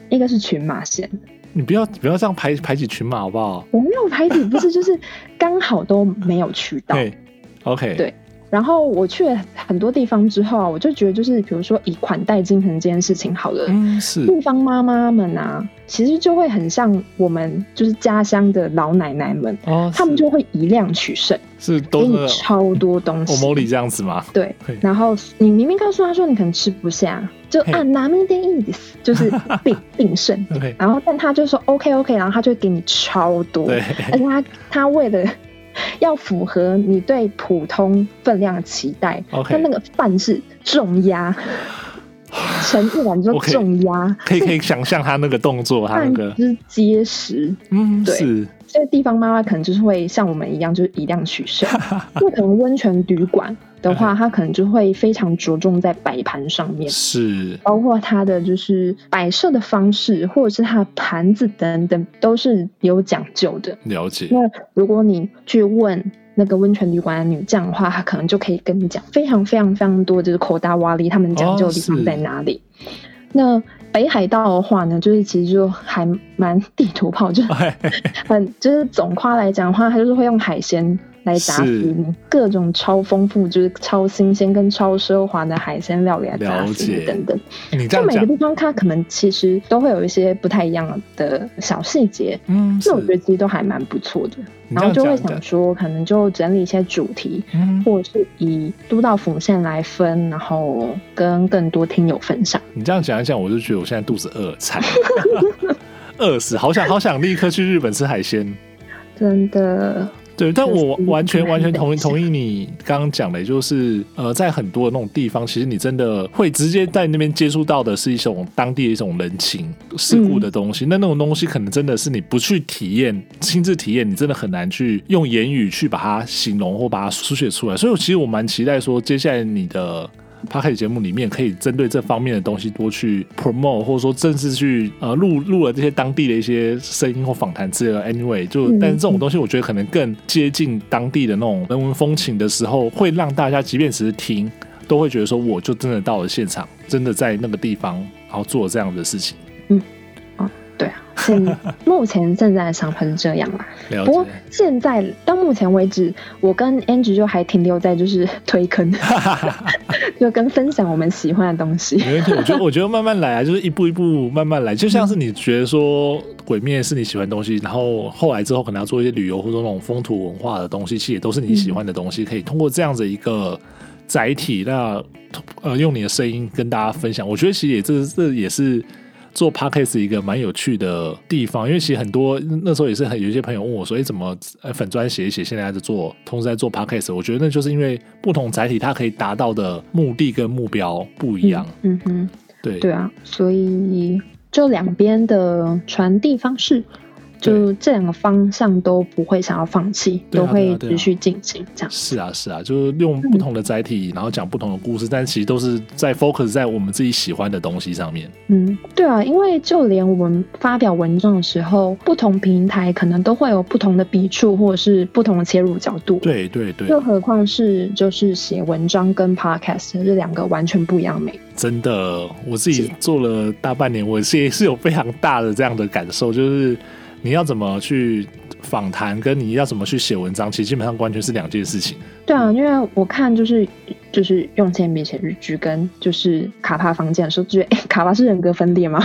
Speaker 2: 一个是群马县。
Speaker 1: 你不要不要这样排排挤群马好不好？
Speaker 2: 我没有排比，不是就是刚好都没有去到。
Speaker 1: 对，OK，
Speaker 2: 对然后我去了很多地方之后啊，我就觉得就是比如说以款待精神这件事情好了，
Speaker 1: 嗯，是
Speaker 2: 地方妈妈们啊，其实就会很像我们就是家乡的老奶奶们，
Speaker 1: 哦，
Speaker 2: 她们
Speaker 1: 是
Speaker 2: 就会以量取胜，
Speaker 1: 是
Speaker 2: 给
Speaker 1: 都是哦
Speaker 2: 你超多东西。
Speaker 1: omori 这样子吗？
Speaker 2: 对
Speaker 1: 对，
Speaker 2: 然后你明明告诉她说你可能吃不下，就
Speaker 1: 嘿
Speaker 2: 啊拿命定意思，就是病病盛。
Speaker 1: OK，
Speaker 2: 然后但她就说 OK OK，然后她就会给你超多，
Speaker 1: 对，
Speaker 2: 而且她她为了 要符合你对普通分量的期待，
Speaker 1: OK
Speaker 2: 她那个饭是重 压，陈一碗就
Speaker 1: OK
Speaker 2: 重压。
Speaker 1: 可以可以想象他那个动作，他那
Speaker 2: 饭
Speaker 1: 个
Speaker 2: 之结实，
Speaker 1: 嗯
Speaker 2: 对
Speaker 1: 是
Speaker 2: 所以地方妈妈可能就是会像我们一样，就是以量取 胜。那可能温泉旅馆的
Speaker 1: 嗯
Speaker 2: 话，它可能就会非常着重在摆盘上面，
Speaker 1: 是
Speaker 2: 包括它的就是摆设的方式，或者是它的盘子等等，都是有讲究的。
Speaker 1: 了 解
Speaker 2: 那如果你去问那个温泉旅馆的女将的话，她可能就可以跟你讲非常非常非常多，就是口大瓦里他们讲究的地
Speaker 1: 哦是
Speaker 2: 方在哪里。那北海道的话呢，就是其实就还蛮 地图炮，就是
Speaker 1: 哎
Speaker 2: 很就是总夸来讲的话，它就是会用海鲜来打死你，各种超丰富，就是超新鲜跟超奢华的海鲜料理来打
Speaker 1: 了
Speaker 2: 死你
Speaker 1: 解
Speaker 2: 等等。
Speaker 1: 你这
Speaker 2: 就
Speaker 1: 样
Speaker 2: 每
Speaker 1: 讲
Speaker 2: 个地方它可能其实都会有一些不太一样的小细节，
Speaker 1: 嗯是
Speaker 2: 那我觉得其实都还蛮不错的。
Speaker 1: 你
Speaker 2: 然
Speaker 1: 这
Speaker 2: 后
Speaker 1: 样
Speaker 2: 就
Speaker 1: 讲讲
Speaker 2: 会想说，可能就整理一些主题，
Speaker 1: 嗯
Speaker 2: 或者是以都道府县来分，然后跟更多听友分享。
Speaker 1: 你这样讲一讲，我就觉得我现在肚子饿， 惨，饿死，好想好想立刻去日本吃海鲜。
Speaker 2: 真的，
Speaker 1: 对，但我
Speaker 2: 就是
Speaker 1: 完全
Speaker 2: 很
Speaker 1: 完全同意
Speaker 2: 难想
Speaker 1: 同意你刚刚讲的，就是呃，在很多那种地方，其实你真的会直接在那边接触到的是一种当地的一种人情世故的东西。那那种东西可能真的是你不去体验、亲自体验，你真的很难去用言语去把它形容或把它书写出来。所以，其实我蛮期待说，接下来你的 p o d 节目里面可以针对这方面的东西多去 promote，或者说正式去呃录录了这些当地的一些声音或访谈之类的。Anyway，就
Speaker 2: 嗯
Speaker 1: 但是这种东西，我觉得可能更接近当地的那种人文风情的时候，会让大家即便只是听，都会觉得说，我就真的到了现场，真的在那个地方，然后做这样的事情。
Speaker 2: 对啊， 现目前现在的想法是这样啦。
Speaker 1: 了
Speaker 2: 不过
Speaker 1: 解，
Speaker 2: 现在到目前为止，我跟 Angie 就还停留在就是推 坑，就跟分享我们喜欢的东西。
Speaker 1: 没问题。我觉得，我觉得慢慢来啊，就是一步一步慢慢来，就像是你觉得说《鬼灭》是你喜欢的东西，然后后来之后可能要做一些旅游或者那种风土文化的东西，其实也都是你喜欢的东西，可以通过这样子一个载体，那呃用你的声音跟大家分享。我觉得其实也这这也是。做 podcast 一个蛮有趣的地方，因为其实很多那时候也是很有一些朋友问我说，哎，怎么呃粉砖写一写，现在在做，同时在做 podcast，我觉得那就是因为不同载体它可以达到的目的跟目标不一样，
Speaker 2: 嗯哼，
Speaker 1: 对
Speaker 2: 对啊，所以就两边的传递方式，就这两个方向都不会想要放弃，
Speaker 1: 对啊对
Speaker 2: 都会
Speaker 1: 啊对啊
Speaker 2: 持续进行这样。
Speaker 1: 是啊，是啊，就是用不同的载体，然后讲不同的故事，但其实都是在 focus 在我们自己喜欢的东西上面。
Speaker 2: 嗯，对啊，因为就连我们发表文章的时候，不同平台可能都会有不同的笔触或者是不同的切入角度。。
Speaker 1: 对对对，
Speaker 2: 更何况是就是写文章跟 podcast 这两个完全不一样的美
Speaker 1: 真的，我自己做了大半年，我也是有非常大的这样的感受，就是你要怎么去访谈，跟你要怎么去写文章，其实基本上完全是两件事情。
Speaker 2: 对啊，因为我看就是就是用铅笔写日志跟就是卡帕房间的时候，就觉得哎、诶卡帕是人格分裂吗？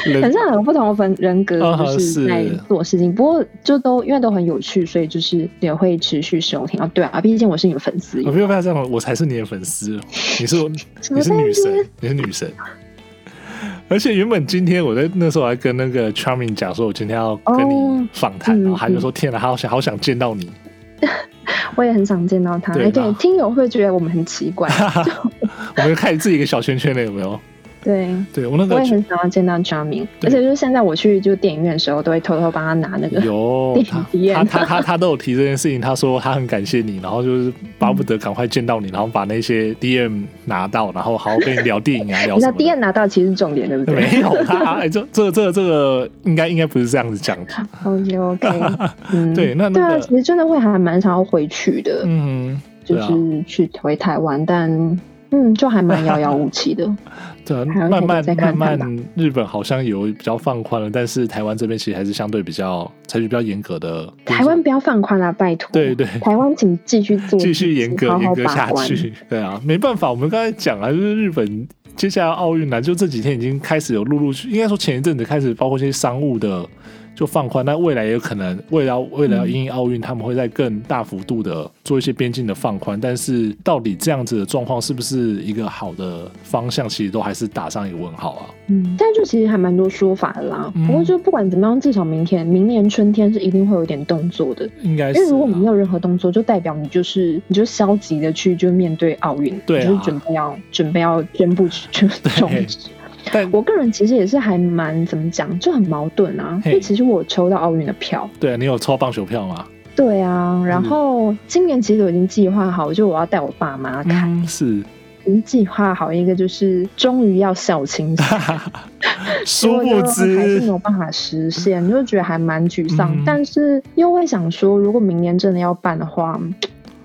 Speaker 2: 很
Speaker 1: 人
Speaker 2: 像有不同的分人格，
Speaker 1: 啊
Speaker 2: 就是在
Speaker 1: 是
Speaker 2: 做事情。不过就都因为都很有趣，所以就是也会持续收听啊。对啊，毕竟我是你的粉丝，
Speaker 1: 我没有办法这样，我才是你的粉丝，哦你是我，你是女神，你是女神。而且原本今天我在那时候还跟那个 Charming 讲说，我今天要跟你
Speaker 2: 哦
Speaker 1: 访谈，
Speaker 2: 嗯
Speaker 1: 然后他就
Speaker 2: 嗯
Speaker 1: 说：“天哪，好想好想见到你。
Speaker 2: 我也很想见到他。
Speaker 1: 对
Speaker 2: 哎，对
Speaker 1: 那，
Speaker 2: 听友会觉得我们很奇怪，”
Speaker 1: 我们就开始自己一个小圈圈了，有没有？
Speaker 2: 对，
Speaker 1: 对我那
Speaker 2: 我
Speaker 1: 个
Speaker 2: 也很想要见到 Charming，
Speaker 1: 对
Speaker 2: 而且就是现在我去就电影院的时候，都会偷偷帮他拿那个。
Speaker 1: 有
Speaker 2: 电影
Speaker 1: 他
Speaker 2: 体验
Speaker 1: 他他他他都有提这件事情，他说他很感谢你，然后就是巴不得赶快见到你，然后把那些 DM 拿到，然后好好跟你聊电影啊，聊
Speaker 2: 你知
Speaker 1: 什
Speaker 2: 道
Speaker 1: 么
Speaker 2: D
Speaker 1: 的
Speaker 2: N 拿到其实是重点，对不对？
Speaker 1: 没有他，哎，这这这这个应该应该不是这样子讲的，
Speaker 2: 哦 OK OK，嗯，
Speaker 1: 对那那
Speaker 2: 对啊，
Speaker 1: 个
Speaker 2: 其实真的会还蛮想要回去的，
Speaker 1: 嗯，
Speaker 2: 就
Speaker 1: 对啊，
Speaker 2: 是去回台湾，但嗯，就还蛮遥遥无期的。
Speaker 1: 对啊，
Speaker 2: 还要
Speaker 1: 慢
Speaker 2: 再再
Speaker 1: 慢
Speaker 2: 看
Speaker 1: 慢
Speaker 2: 看吧
Speaker 1: 慢，日本好像有比较放宽了，但是台湾这边其实还是相对比较采取比较严格的，
Speaker 2: 台湾不要放宽啦，拜托。
Speaker 1: 对对
Speaker 2: 台湾请继续做自己，
Speaker 1: 继续严格
Speaker 2: 好
Speaker 1: 严
Speaker 2: 好
Speaker 1: 格
Speaker 2: 把
Speaker 1: 下
Speaker 2: 关。
Speaker 1: 去。 对啊，没办法，我们刚才讲啊，就是日本接下来奥运啊，就这几天已经开始有陆陆续，应该说前一阵子开始，包括一些商务的就放宽，那未来也有可能为了为了要因应奥运，他们会在更大幅度的做一些边境的放宽。但是到底这样子的状况是不是一个好的方向，其实都还是打上一个问号啊。
Speaker 2: 嗯，但就其实还蛮多说法的啦。
Speaker 1: 嗯
Speaker 2: 不过就不管怎么样，至少明天、明年春天是一定会有一点动作的。
Speaker 1: 应该是
Speaker 2: 因为如果你
Speaker 1: 啊、
Speaker 2: 没有任何动作，就代表你就是你就消极的去就面对奥运，
Speaker 1: 对啊
Speaker 2: 你就是准备要准备要宣布就终止。
Speaker 1: 但
Speaker 2: 我个人其实也是还蛮怎么讲，就很矛盾啊。
Speaker 1: 嘿
Speaker 2: 因为其实我有抽到奥运的票，
Speaker 1: 对啊，你有抽棒球票吗？
Speaker 2: 对啊，
Speaker 1: 嗯
Speaker 2: 然后今年其实我已经计划好，就我要带我爸妈看，
Speaker 1: 嗯， 是，
Speaker 2: 已经计划好一个就是终于要孝亲节。
Speaker 1: 殊不
Speaker 2: 结果就还是没
Speaker 1: 知
Speaker 2: 有办法实现，就觉得还蛮沮丧。
Speaker 1: 嗯
Speaker 2: 但是又会想说，如果明年真的要办的话，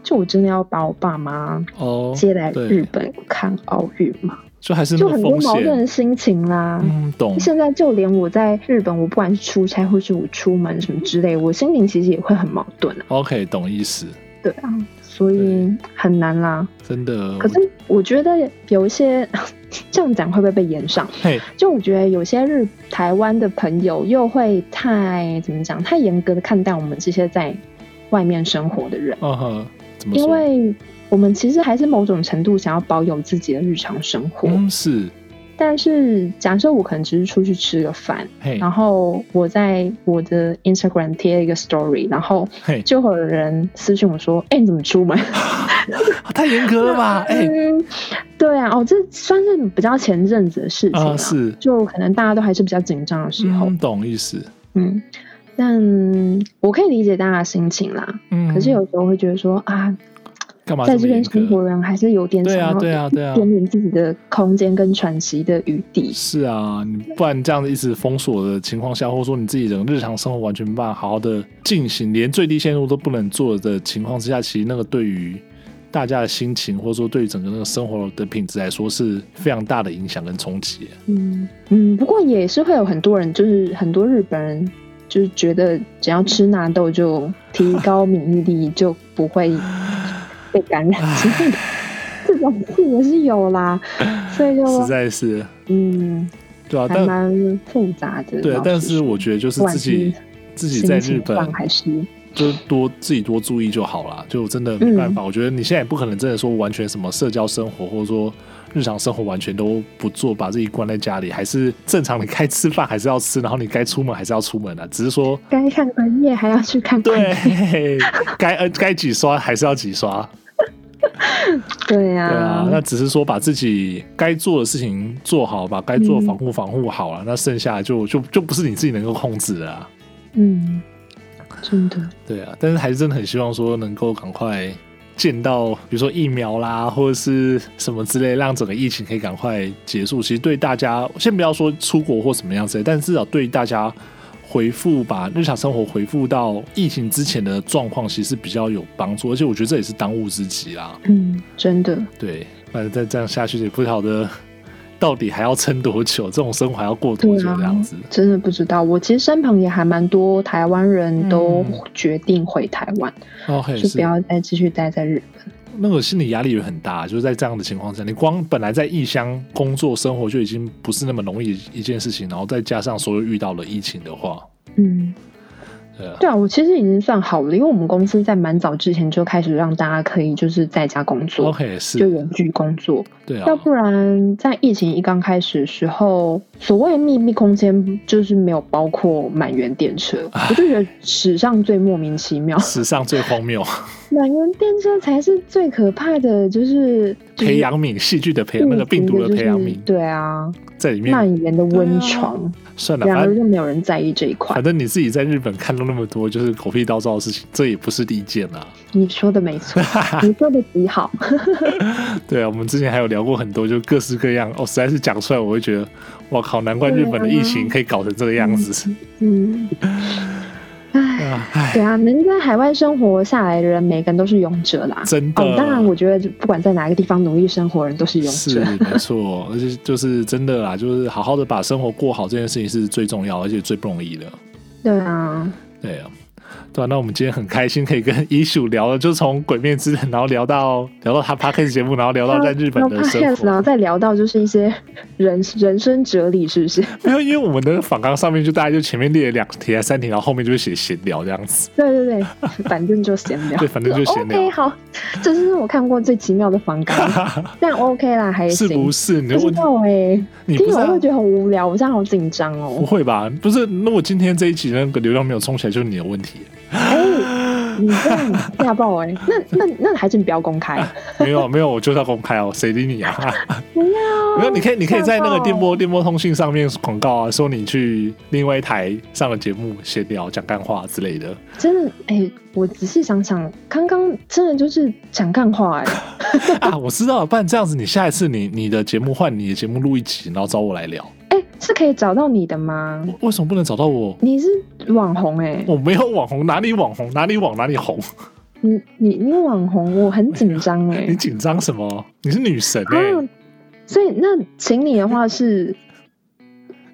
Speaker 2: 就我真的要把我爸妈
Speaker 1: 哦，
Speaker 2: 接来
Speaker 1: 对
Speaker 2: 日本看奥运嘛，
Speaker 1: 就还是那
Speaker 2: 就
Speaker 1: 个
Speaker 2: 很多
Speaker 1: 风
Speaker 2: 矛盾
Speaker 1: 险
Speaker 2: 的。心情啦。
Speaker 1: 嗯，懂。
Speaker 2: 现在就连我在日本，我不管是出差或是我出门什么之类，我心情其实也会很矛盾啊。
Speaker 1: OK，懂意思，
Speaker 2: 对啊，所以很难啦。
Speaker 1: 真的。
Speaker 2: 可是我觉得有一些 这样讲会不会被延上？
Speaker 1: 嘿，
Speaker 2: 就我觉得有些日台湾的朋友又会太怎么讲，太严格的看待我们这些在外面生活的人，
Speaker 1: 嗯哼，怎么说？
Speaker 2: 因为我们其实还是某种程度想要保有自己的日常生活。
Speaker 1: 嗯是，
Speaker 2: 但是假设我可能只是出去吃个饭，
Speaker 1: 嘿
Speaker 2: 然后我在我的 Instagram 贴了一个 Story，然后
Speaker 1: 嘿，
Speaker 2: 就会有人私信我说：“哎、你怎么出门？”
Speaker 1: 啊太严格了 吧？ 哎，
Speaker 2: 嗯，对啊，哦，这算是比较前阵子的事情了、
Speaker 1: 啊是
Speaker 2: 就可能大家都还是比较紧张的时候，
Speaker 1: 嗯，懂意思。
Speaker 2: 嗯，但我可以理解大家的心情啦。
Speaker 1: 嗯，
Speaker 2: 可是有时候会觉得说啊，
Speaker 1: 干嘛
Speaker 2: 在
Speaker 1: 么
Speaker 2: 这边
Speaker 1: 严
Speaker 2: 生活
Speaker 1: 格？
Speaker 2: 人还是有点想
Speaker 1: 对啊，
Speaker 2: 要
Speaker 1: 对啊，对啊
Speaker 2: 一，点点自己的空间跟喘息的余地。
Speaker 1: 是啊，你不然这样子一直封锁的情况下，或者说你自己整个日常生活完全没办法好好的进行，连最低限度都不能做的情况之下，其实那个对于大家的心情，或者说对于整个那个生活的品质来说，是非常大的影响跟冲击。
Speaker 2: 嗯嗯，不过也是会有很多人，就是很多日本人。就是觉得只要吃纳豆就提高免疫力，就不会被感染之类的， 这种事也是有啦，所以就
Speaker 1: 实在是，
Speaker 2: 嗯，
Speaker 1: 对啊，
Speaker 2: 还
Speaker 1: 但
Speaker 2: 蛮复杂的。
Speaker 1: 对啊
Speaker 2: 老，
Speaker 1: 但
Speaker 2: 实
Speaker 1: 是
Speaker 2: 说
Speaker 1: 我觉得就是
Speaker 2: 不管
Speaker 1: 自己
Speaker 2: 是
Speaker 1: 自己在日
Speaker 2: 心情
Speaker 1: 本
Speaker 2: 上还是
Speaker 1: 就是多自己多注意就好啦。就真的没办法，我觉得你现在也不可能真的说完全什么社交生活或者说日常生活完全都不做，把自己关在家里，还是正常你该吃饭还是要吃，然后你该出门还是要出门啊。只是说
Speaker 2: 该看观夜还要去看观夜
Speaker 1: 对，该呃该几刷还是要几刷，
Speaker 2: 对
Speaker 1: 对啊
Speaker 2: 呀，，
Speaker 1: 那只是说把自己该做的事情做好，把该做的防护防护好啊，那剩下就就就不是你自己能够控制的啊。
Speaker 2: 嗯，真的，
Speaker 1: 对啊，但是还是真的很希望说能够赶快见到，比如说疫苗啦，或者是什么之类，让整个疫情可以赶快结束。其实对大家，先不要说出国或什么样之类，但至少对大家回复把日常生活回复到疫情之前的状况，其实是比较有帮助。而且我觉得这也是当务之急啦。
Speaker 2: 嗯，真的，
Speaker 1: 对，反正再这样下去也不晓得到底还要撑多久，这种生活还要过多
Speaker 2: 对
Speaker 1: 久
Speaker 2: 啊
Speaker 1: 这样子。
Speaker 2: 真的不知道。我其实身旁也还蛮多台湾人都
Speaker 1: 嗯
Speaker 2: 决定回台湾，
Speaker 1: OK，
Speaker 2: 就是不要再继续待在日本。
Speaker 1: 那个心理压力也很大，就是在这样的情况下，你光本来在异乡工作生活就已经不是那么容易一件事情，然后再加上所有遇到了疫情的话，
Speaker 2: 嗯，
Speaker 1: 对啊，
Speaker 2: 对啊，我其实已经算好了，因为我们公司在蛮早之前就开始让大家可以就是在家工作，
Speaker 1: ，OK，
Speaker 2: 就是远距工作。
Speaker 1: 对啊
Speaker 2: 要，不然在疫情一刚开始的时候，所谓秘密空间就是没有包括满员电车，我就觉得史上最莫名 其妙。
Speaker 1: 史上最荒谬，
Speaker 2: 满员电车才是最可怕的，就是
Speaker 1: 培养皿戏剧的培 养那个病毒的培养
Speaker 2: 就是
Speaker 1: 皿
Speaker 2: 对啊，
Speaker 1: 在里面，
Speaker 2: 蔓延的温床，
Speaker 1: 算了，
Speaker 2: 然
Speaker 1: 反
Speaker 2: 而
Speaker 1: 正
Speaker 2: 就没有人在意这一块
Speaker 1: 反。正你自己在日本看到那么多就是狗屁倒灶的事情，这也不是第一件啊啦。
Speaker 2: 你说的没 错，你说的极好。
Speaker 1: 对啊，我们之前还有聊过很多，就各式各样哦，实在是讲出来我会觉得，哇靠，难怪日本的疫情可以搞成这个样子。
Speaker 2: 嗯，唉，
Speaker 1: 啊，唉，
Speaker 2: 对啊，能在海外生活下来的人，每个人都是勇者啦。
Speaker 1: 真的。
Speaker 2: 哦，当然，我觉得不管在哪个地方努力生活，人都是勇
Speaker 1: 是
Speaker 2: 者。
Speaker 1: 没错，而且就是真的啦，就是好好的把生活过好这件事情是最重要，而且最不容易的。
Speaker 2: 对啊，
Speaker 1: 对啊，对啊，那我们今天很开心可以跟 一鼠聊了，就从《鬼面之刃》，然后聊到聊到他 podcast 节目，然后聊到在日本的生
Speaker 2: 呃然后 podcast，然后
Speaker 1: 活。
Speaker 2: 再聊到就是一些人 人生哲理，是不是？
Speaker 1: 没有，因为我们的访纲上面就大概就前面列了两题还是三题，然后后面就是写闲聊这样子。
Speaker 2: 对对对，反正就闲 聊。
Speaker 1: 对反正就闲聊
Speaker 2: OK，好，这是我看过最奇妙的房纲， 这样 OK 啦，还
Speaker 1: 是
Speaker 2: 行。
Speaker 1: 不是？你
Speaker 2: 不
Speaker 1: 的
Speaker 2: 知
Speaker 1: 问题
Speaker 2: 道哎、欸，
Speaker 1: 你
Speaker 2: 听
Speaker 1: 不是
Speaker 2: 友
Speaker 1: 啊
Speaker 2: 会觉得很无聊，我现在好紧张
Speaker 1: 不
Speaker 2: 哦。
Speaker 1: 会吧？不是，那我今天这一集那个流量没有冲起来，就是你的问题。
Speaker 2: 哎、你这样吓爆哎、那那那还是你不要公开，
Speaker 1: 没有没有，我就是要公开哦，谁理你啊？
Speaker 2: 不 要。
Speaker 1: 没有，你可以你可以在那个
Speaker 2: 吓爆
Speaker 1: 电波电波通信上面广告啊，说你去另外一台上的节目闲聊、讲干话之类的。
Speaker 2: 真的哎、我仔细想想，刚刚真的就是讲干话哎、
Speaker 1: 啊，我知道了，不然这样子，你下一次你你的节目换你的节目录一集，然后找我来聊。
Speaker 2: 哎、是可以找到你的吗？
Speaker 1: 为什么不能找到我？
Speaker 2: 你是网红哎、
Speaker 1: 我没有网红，哪里网红哪里网哪里红？
Speaker 2: 你你你网红，我很紧张哎
Speaker 1: 你。紧张什么？你是女神哎、
Speaker 2: 啊，所以那请你的话是，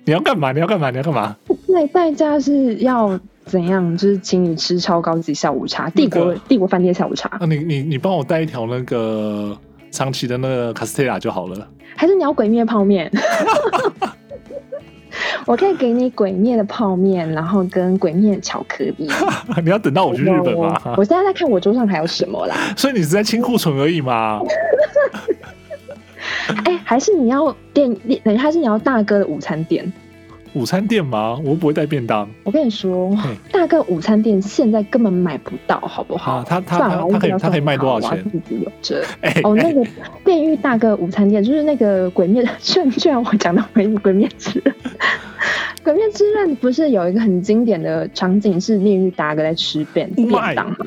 Speaker 1: 你要干嘛？你要干嘛？你要干嘛？
Speaker 2: 那代价是要怎样？就是请你吃超高级下午茶，帝国、
Speaker 1: 那个
Speaker 2: 帝国饭店下午茶，
Speaker 1: 啊，你你你帮我带一条那个长崎的那个卡斯特拉就好了。
Speaker 2: 还是你要鬼灭泡面？ 我可以给你鬼灭的泡面，然后跟鬼灭巧克力。
Speaker 1: 你要等到我 去日本
Speaker 2: 我
Speaker 1: 吗？
Speaker 2: 我现在在看我桌上还有什么啦？
Speaker 1: 所以你只在清库存而已嘛？
Speaker 2: 哎、还是你要店店，等一下还是你要大哥的午餐店？
Speaker 1: 午餐店吗？我又不会带便当
Speaker 2: 我跟你说
Speaker 1: 嘿，
Speaker 2: 大哥午餐店现在根本买不到，好不好？
Speaker 1: 啊！他他
Speaker 2: 算了
Speaker 1: 他
Speaker 2: 我
Speaker 1: 他
Speaker 2: 不
Speaker 1: 可以
Speaker 2: 要
Speaker 1: 他可以
Speaker 2: 送
Speaker 1: 卖
Speaker 2: 你
Speaker 1: 多少
Speaker 2: 好了
Speaker 1: 钱？
Speaker 2: 我自己有着。
Speaker 1: 哎、
Speaker 2: 哦，那个炼狱大哥午餐店，就是那个鬼灭， 居然居然我讲到鬼鬼灭之刃， 鬼灭之刃不是有一个很经典的场景是炼狱大哥在吃便
Speaker 1: 嗯
Speaker 2: 便当吗？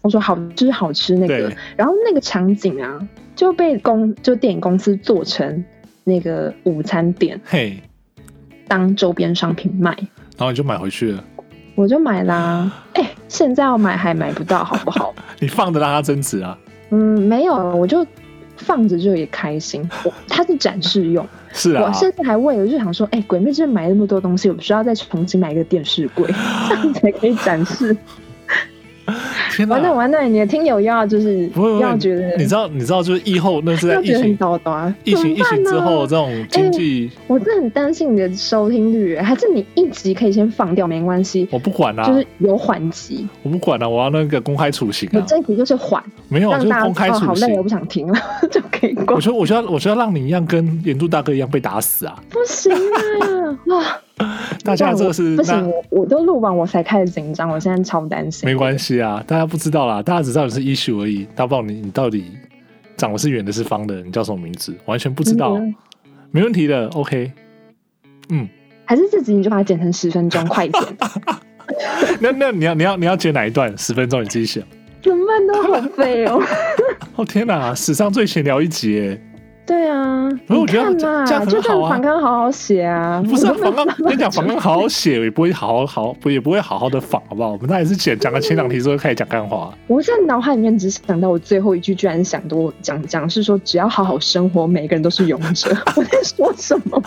Speaker 2: 我说好吃好吃那个
Speaker 1: 对，
Speaker 2: 然后那个场景啊就被公就电影公司做成那个午餐店
Speaker 1: 嘿，
Speaker 2: 当周边商品卖，
Speaker 1: 然后你就买回去了。
Speaker 2: 我就买啦。 哎、现在要买还买不到，好不好？
Speaker 1: 你放着让它增值啊？
Speaker 2: 嗯，没有，我就放着就也开心。我它是展示 用，
Speaker 1: 是啊
Speaker 2: 我，甚至还为了就想说，哎、鬼灭之刃买那么多东西，我不需要再重新买一个电视柜，这样才可以展 示。
Speaker 1: 天
Speaker 2: 完了
Speaker 1: 哪！
Speaker 2: 完了，你的听友又要就是
Speaker 1: 不会不
Speaker 2: 要
Speaker 1: 会，
Speaker 2: 觉得
Speaker 1: 你知道你知道就是疫后那是在
Speaker 2: 要
Speaker 1: 疫
Speaker 2: 觉得很
Speaker 1: 情
Speaker 2: 叨叨，
Speaker 1: 疫情疫
Speaker 2: 怎么办
Speaker 1: 情
Speaker 2: 呢
Speaker 1: 之后这种经济、
Speaker 2: 我真的很担心你的收听率，欸还是你一集可以先放掉，没关系。
Speaker 1: 我不管啦、
Speaker 2: 就是有缓急，
Speaker 1: 我不管啦、啊我要那个公开处刑
Speaker 2: 你
Speaker 1: 啊！
Speaker 2: 这一集就是缓，
Speaker 1: 没有，就
Speaker 2: 让
Speaker 1: 是
Speaker 2: 大家
Speaker 1: 公开
Speaker 2: 哦好
Speaker 1: 处
Speaker 2: 累，
Speaker 1: 刑
Speaker 2: 我。不想听了， 就可以关
Speaker 1: 我。觉得，我觉得，我觉得让你一样跟岩柱大哥一样被打死啊！
Speaker 2: 不 行啊，哇！
Speaker 1: 大家这个是
Speaker 2: 不
Speaker 1: 那
Speaker 2: 行，我我都录完我才开始紧张，我现在超担心。
Speaker 1: 没关系啊，大家不知道啦，大家只知道你是 issue 而已，大家不知道你你到底长得是圆的是方的，你叫什么名字，完全不知道，
Speaker 2: 嗯
Speaker 1: 没问题的，OK。嗯，
Speaker 2: 还是自己你就把它剪成十分 钟，快一点，
Speaker 1: 那那你要你要你要剪哪一段？十分钟你自己选。
Speaker 2: 怎么办都好废哦。
Speaker 1: 哦天哪，史上最闲聊一集耶！
Speaker 2: 对啊，
Speaker 1: 可是我
Speaker 2: 你
Speaker 1: 觉得
Speaker 2: 看嘛，
Speaker 1: 这样很
Speaker 2: 就
Speaker 1: 好啊
Speaker 2: 反纲好好写啊，
Speaker 1: 不是啊
Speaker 2: 我都没
Speaker 1: 访纲，我跟你讲，访纲好好写，也不会好好好，不也不会好好的访，好不好？我们那也是讲讲个前两题之后开始讲干话，
Speaker 2: 我现在脑海里面只想到我最后一句，居然想多讲讲是说，只要好好生活，每个人都是勇者。 我在说什么？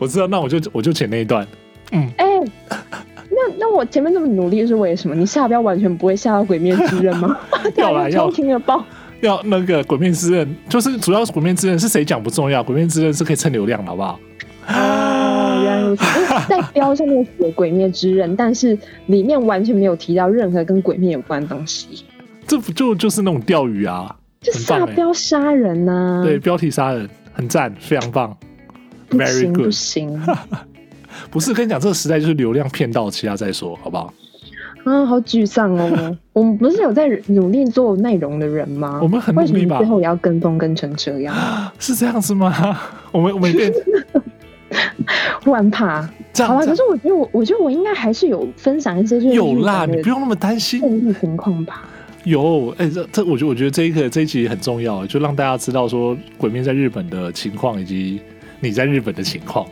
Speaker 1: 我知道，那我就我就剪那一段。
Speaker 2: 哎、那那我前面那么努力是为什么？你下标完全不会下到《鬼灭之刃》 吗？
Speaker 1: 要啦要
Speaker 2: 超听了爆，
Speaker 1: 要那个《鬼面之刃》，就是主要《是《鬼面之刃》是谁讲不重要，《鬼面之刃》是可以蹭流量的，好不好？
Speaker 2: 哦原为什么？因为在标上面写《鬼灭之刃》，但是里面完全没有提到任何跟鬼灭有关的东西，
Speaker 1: 这不就就是那种钓鱼啊？
Speaker 2: 就
Speaker 1: 很棒
Speaker 2: 下
Speaker 1: 欸
Speaker 2: 标杀人呐、
Speaker 1: 对，标题杀人很赞，非常棒
Speaker 2: 嗯不
Speaker 1: ，very
Speaker 2: 行不
Speaker 1: good。
Speaker 2: 行
Speaker 1: 不是跟你讲，这个时代就是流量骗到，其他再说，好不好？
Speaker 2: 啊，好沮丧哦！我们不是有在努力做内容的人吗？
Speaker 1: 我们很努
Speaker 2: 为什
Speaker 1: 力
Speaker 2: 么
Speaker 1: 吧
Speaker 2: 最？后也要跟风跟成这样？
Speaker 1: 是这样子吗？ 我们我们 变
Speaker 2: 忽然怕，
Speaker 1: 这
Speaker 2: 好
Speaker 1: 样
Speaker 2: 吧？
Speaker 1: 这样
Speaker 2: 可是我觉得我，我觉得我应该还是有分享一些就是嗯
Speaker 1: 有啦，
Speaker 2: 日本
Speaker 1: 你
Speaker 2: 的
Speaker 1: 不用那么担心。
Speaker 2: 政治情况吧？
Speaker 1: 有，哎、这这，我觉得我觉得这一个这一集很重要，就让大家知道说鬼面在日本的情况以及你在日本的情况，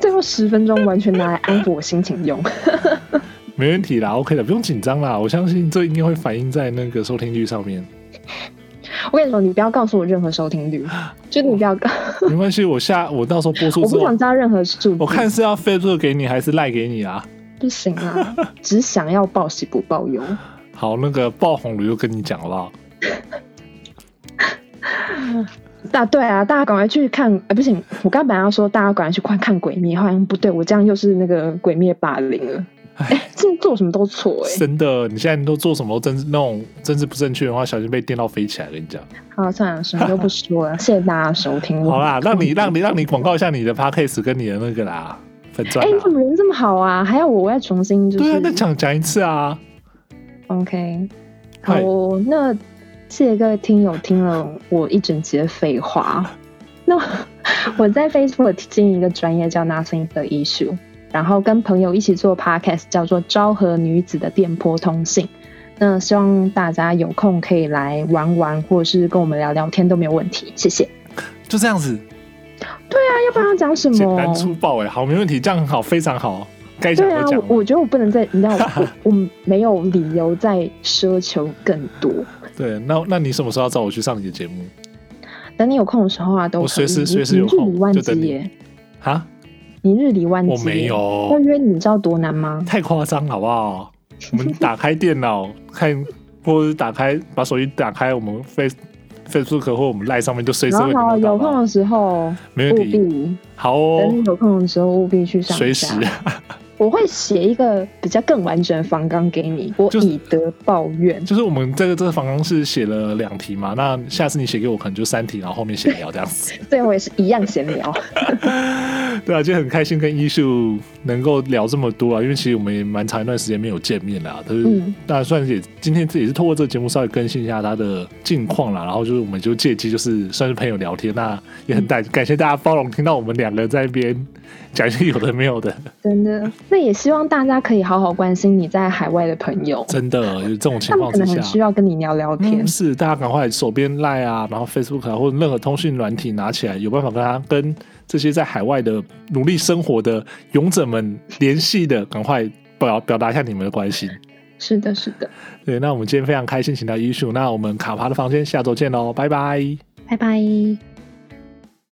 Speaker 2: 最后十分钟完全拿来安抚我心情用。
Speaker 1: 没问题啦，OK 的，不用紧张啦，我相信这应该会反映在那个收听率上面，
Speaker 2: 我跟你说，你不要告诉我任何收听率，就你不要告，
Speaker 1: 没关系，我下我到时候播出
Speaker 2: 我
Speaker 1: 之
Speaker 2: 不
Speaker 1: 后
Speaker 2: 想，知道任何数据。
Speaker 1: 我看是要 Facebook 给你还是赖给你啊？
Speaker 2: 不行啊，只想要报喜不报忧。
Speaker 1: 好，那个爆红了又跟你讲好不好？
Speaker 2: 大对啊，大家赶快去看，哎、不行，我刚本来要说大家赶快去快看《鬼灭》，好像不对，我这样又是那个《鬼灭》霸凌了。哎、 这做什么都错哎、
Speaker 1: 真的，你现在都做什么都真那种政治不正确的话，小心被电到飞起来，跟你讲。
Speaker 2: 好，算了，算了，又不说了，谢谢大家收听。
Speaker 1: 好啦，让你让你让你广告一下你的 podcast 跟你的那个啦粉钻
Speaker 2: 哎、
Speaker 1: 啦
Speaker 2: 你。怎么人这么好啊？还要我要重新就是
Speaker 1: 对啊，那讲讲一次啊。
Speaker 2: OK，好
Speaker 1: 嗨，
Speaker 2: 那谢谢各位听友听了我一整集的废话。 那我在 Facebook 经营一个专业叫 Nothing 的 Issue，然后跟朋友一起做 Podcast 叫做《昭和女子的电波通信》。那希望大家有空可以来玩玩，或者是跟我们聊聊天都没有问题。谢谢。
Speaker 1: 就这样子，
Speaker 2: 那要不然要讲什
Speaker 1: 简
Speaker 2: 么？
Speaker 1: 单粗暴哎、好，没问题，这样很好，非常好，该讲
Speaker 2: 对啊
Speaker 1: 就，讲。
Speaker 2: 我我觉得我不能再，你知道，我我我没有理由再奢求更多。
Speaker 1: 对，那那你什么时候要找我去上你的节目
Speaker 2: 等你有空的时候啊，都
Speaker 1: 我
Speaker 2: 可
Speaker 1: 随
Speaker 2: 以
Speaker 1: 时
Speaker 2: 你
Speaker 1: 随时
Speaker 2: 你
Speaker 1: 有
Speaker 2: 日
Speaker 1: 空
Speaker 2: 理万
Speaker 1: 就
Speaker 2: 机
Speaker 1: 等你
Speaker 2: 耶，
Speaker 1: 啊？
Speaker 2: 你日理万机。
Speaker 1: 我没，
Speaker 2: 要
Speaker 1: 有，
Speaker 2: 约你，知道多难吗？
Speaker 1: 太夸张好不好？我们打开电脑看，或者是打开把手机打开，我们 Face Facebook 或我们 Line 上面就随时
Speaker 2: 然
Speaker 1: 会
Speaker 2: 后
Speaker 1: 看到
Speaker 2: 好，有
Speaker 1: 好不好
Speaker 2: 空的时候
Speaker 1: 没
Speaker 2: 务
Speaker 1: 问题，
Speaker 2: 必，
Speaker 1: 好哦
Speaker 2: 等你，有空的时候务必去上
Speaker 1: 随
Speaker 2: 架
Speaker 1: 时。
Speaker 2: 我会写一个比较更完整的方纲给你，我
Speaker 1: 就是
Speaker 2: 以德报怨。
Speaker 1: 就是我们这个这个访纲是写了两题嘛，那下次你写给我可能就三题，然后后面闲聊这样子。
Speaker 2: 对我也是一样闲 聊。
Speaker 1: 对啊，就很开心跟医术能够聊这么多啊，因为其实我们也蛮长一段时间没有见面啦，但是
Speaker 2: 嗯
Speaker 1: 当然算是也今天这也是透过这个节目稍微更新一下他的近况啦，然后就是我们就借机就是算是朋友聊天，那也
Speaker 2: 嗯
Speaker 1: 很感感谢大家包容，听到我们两个在一边讲一些有的没有的，
Speaker 2: 真的，那也希望大家可以好好关心你在海外的朋友，
Speaker 1: 真的有这种情
Speaker 2: 他们
Speaker 1: 况
Speaker 2: 可
Speaker 1: 之
Speaker 2: 能
Speaker 1: 下
Speaker 2: 很。需要跟你聊聊天
Speaker 1: 嗯，。是大家赶快手边赖啊，然后 Facebook 啊，或者任何通讯软体拿起来，有办法跟他跟这些在海外的努力生活的勇者们联系的，赶快表表达一下你们的关心。
Speaker 2: 是的，是的，
Speaker 1: 对，哦那我们今天非常开心，请到医术，那我们卡帕的房间下周见喽，拜拜。
Speaker 2: 拜拜。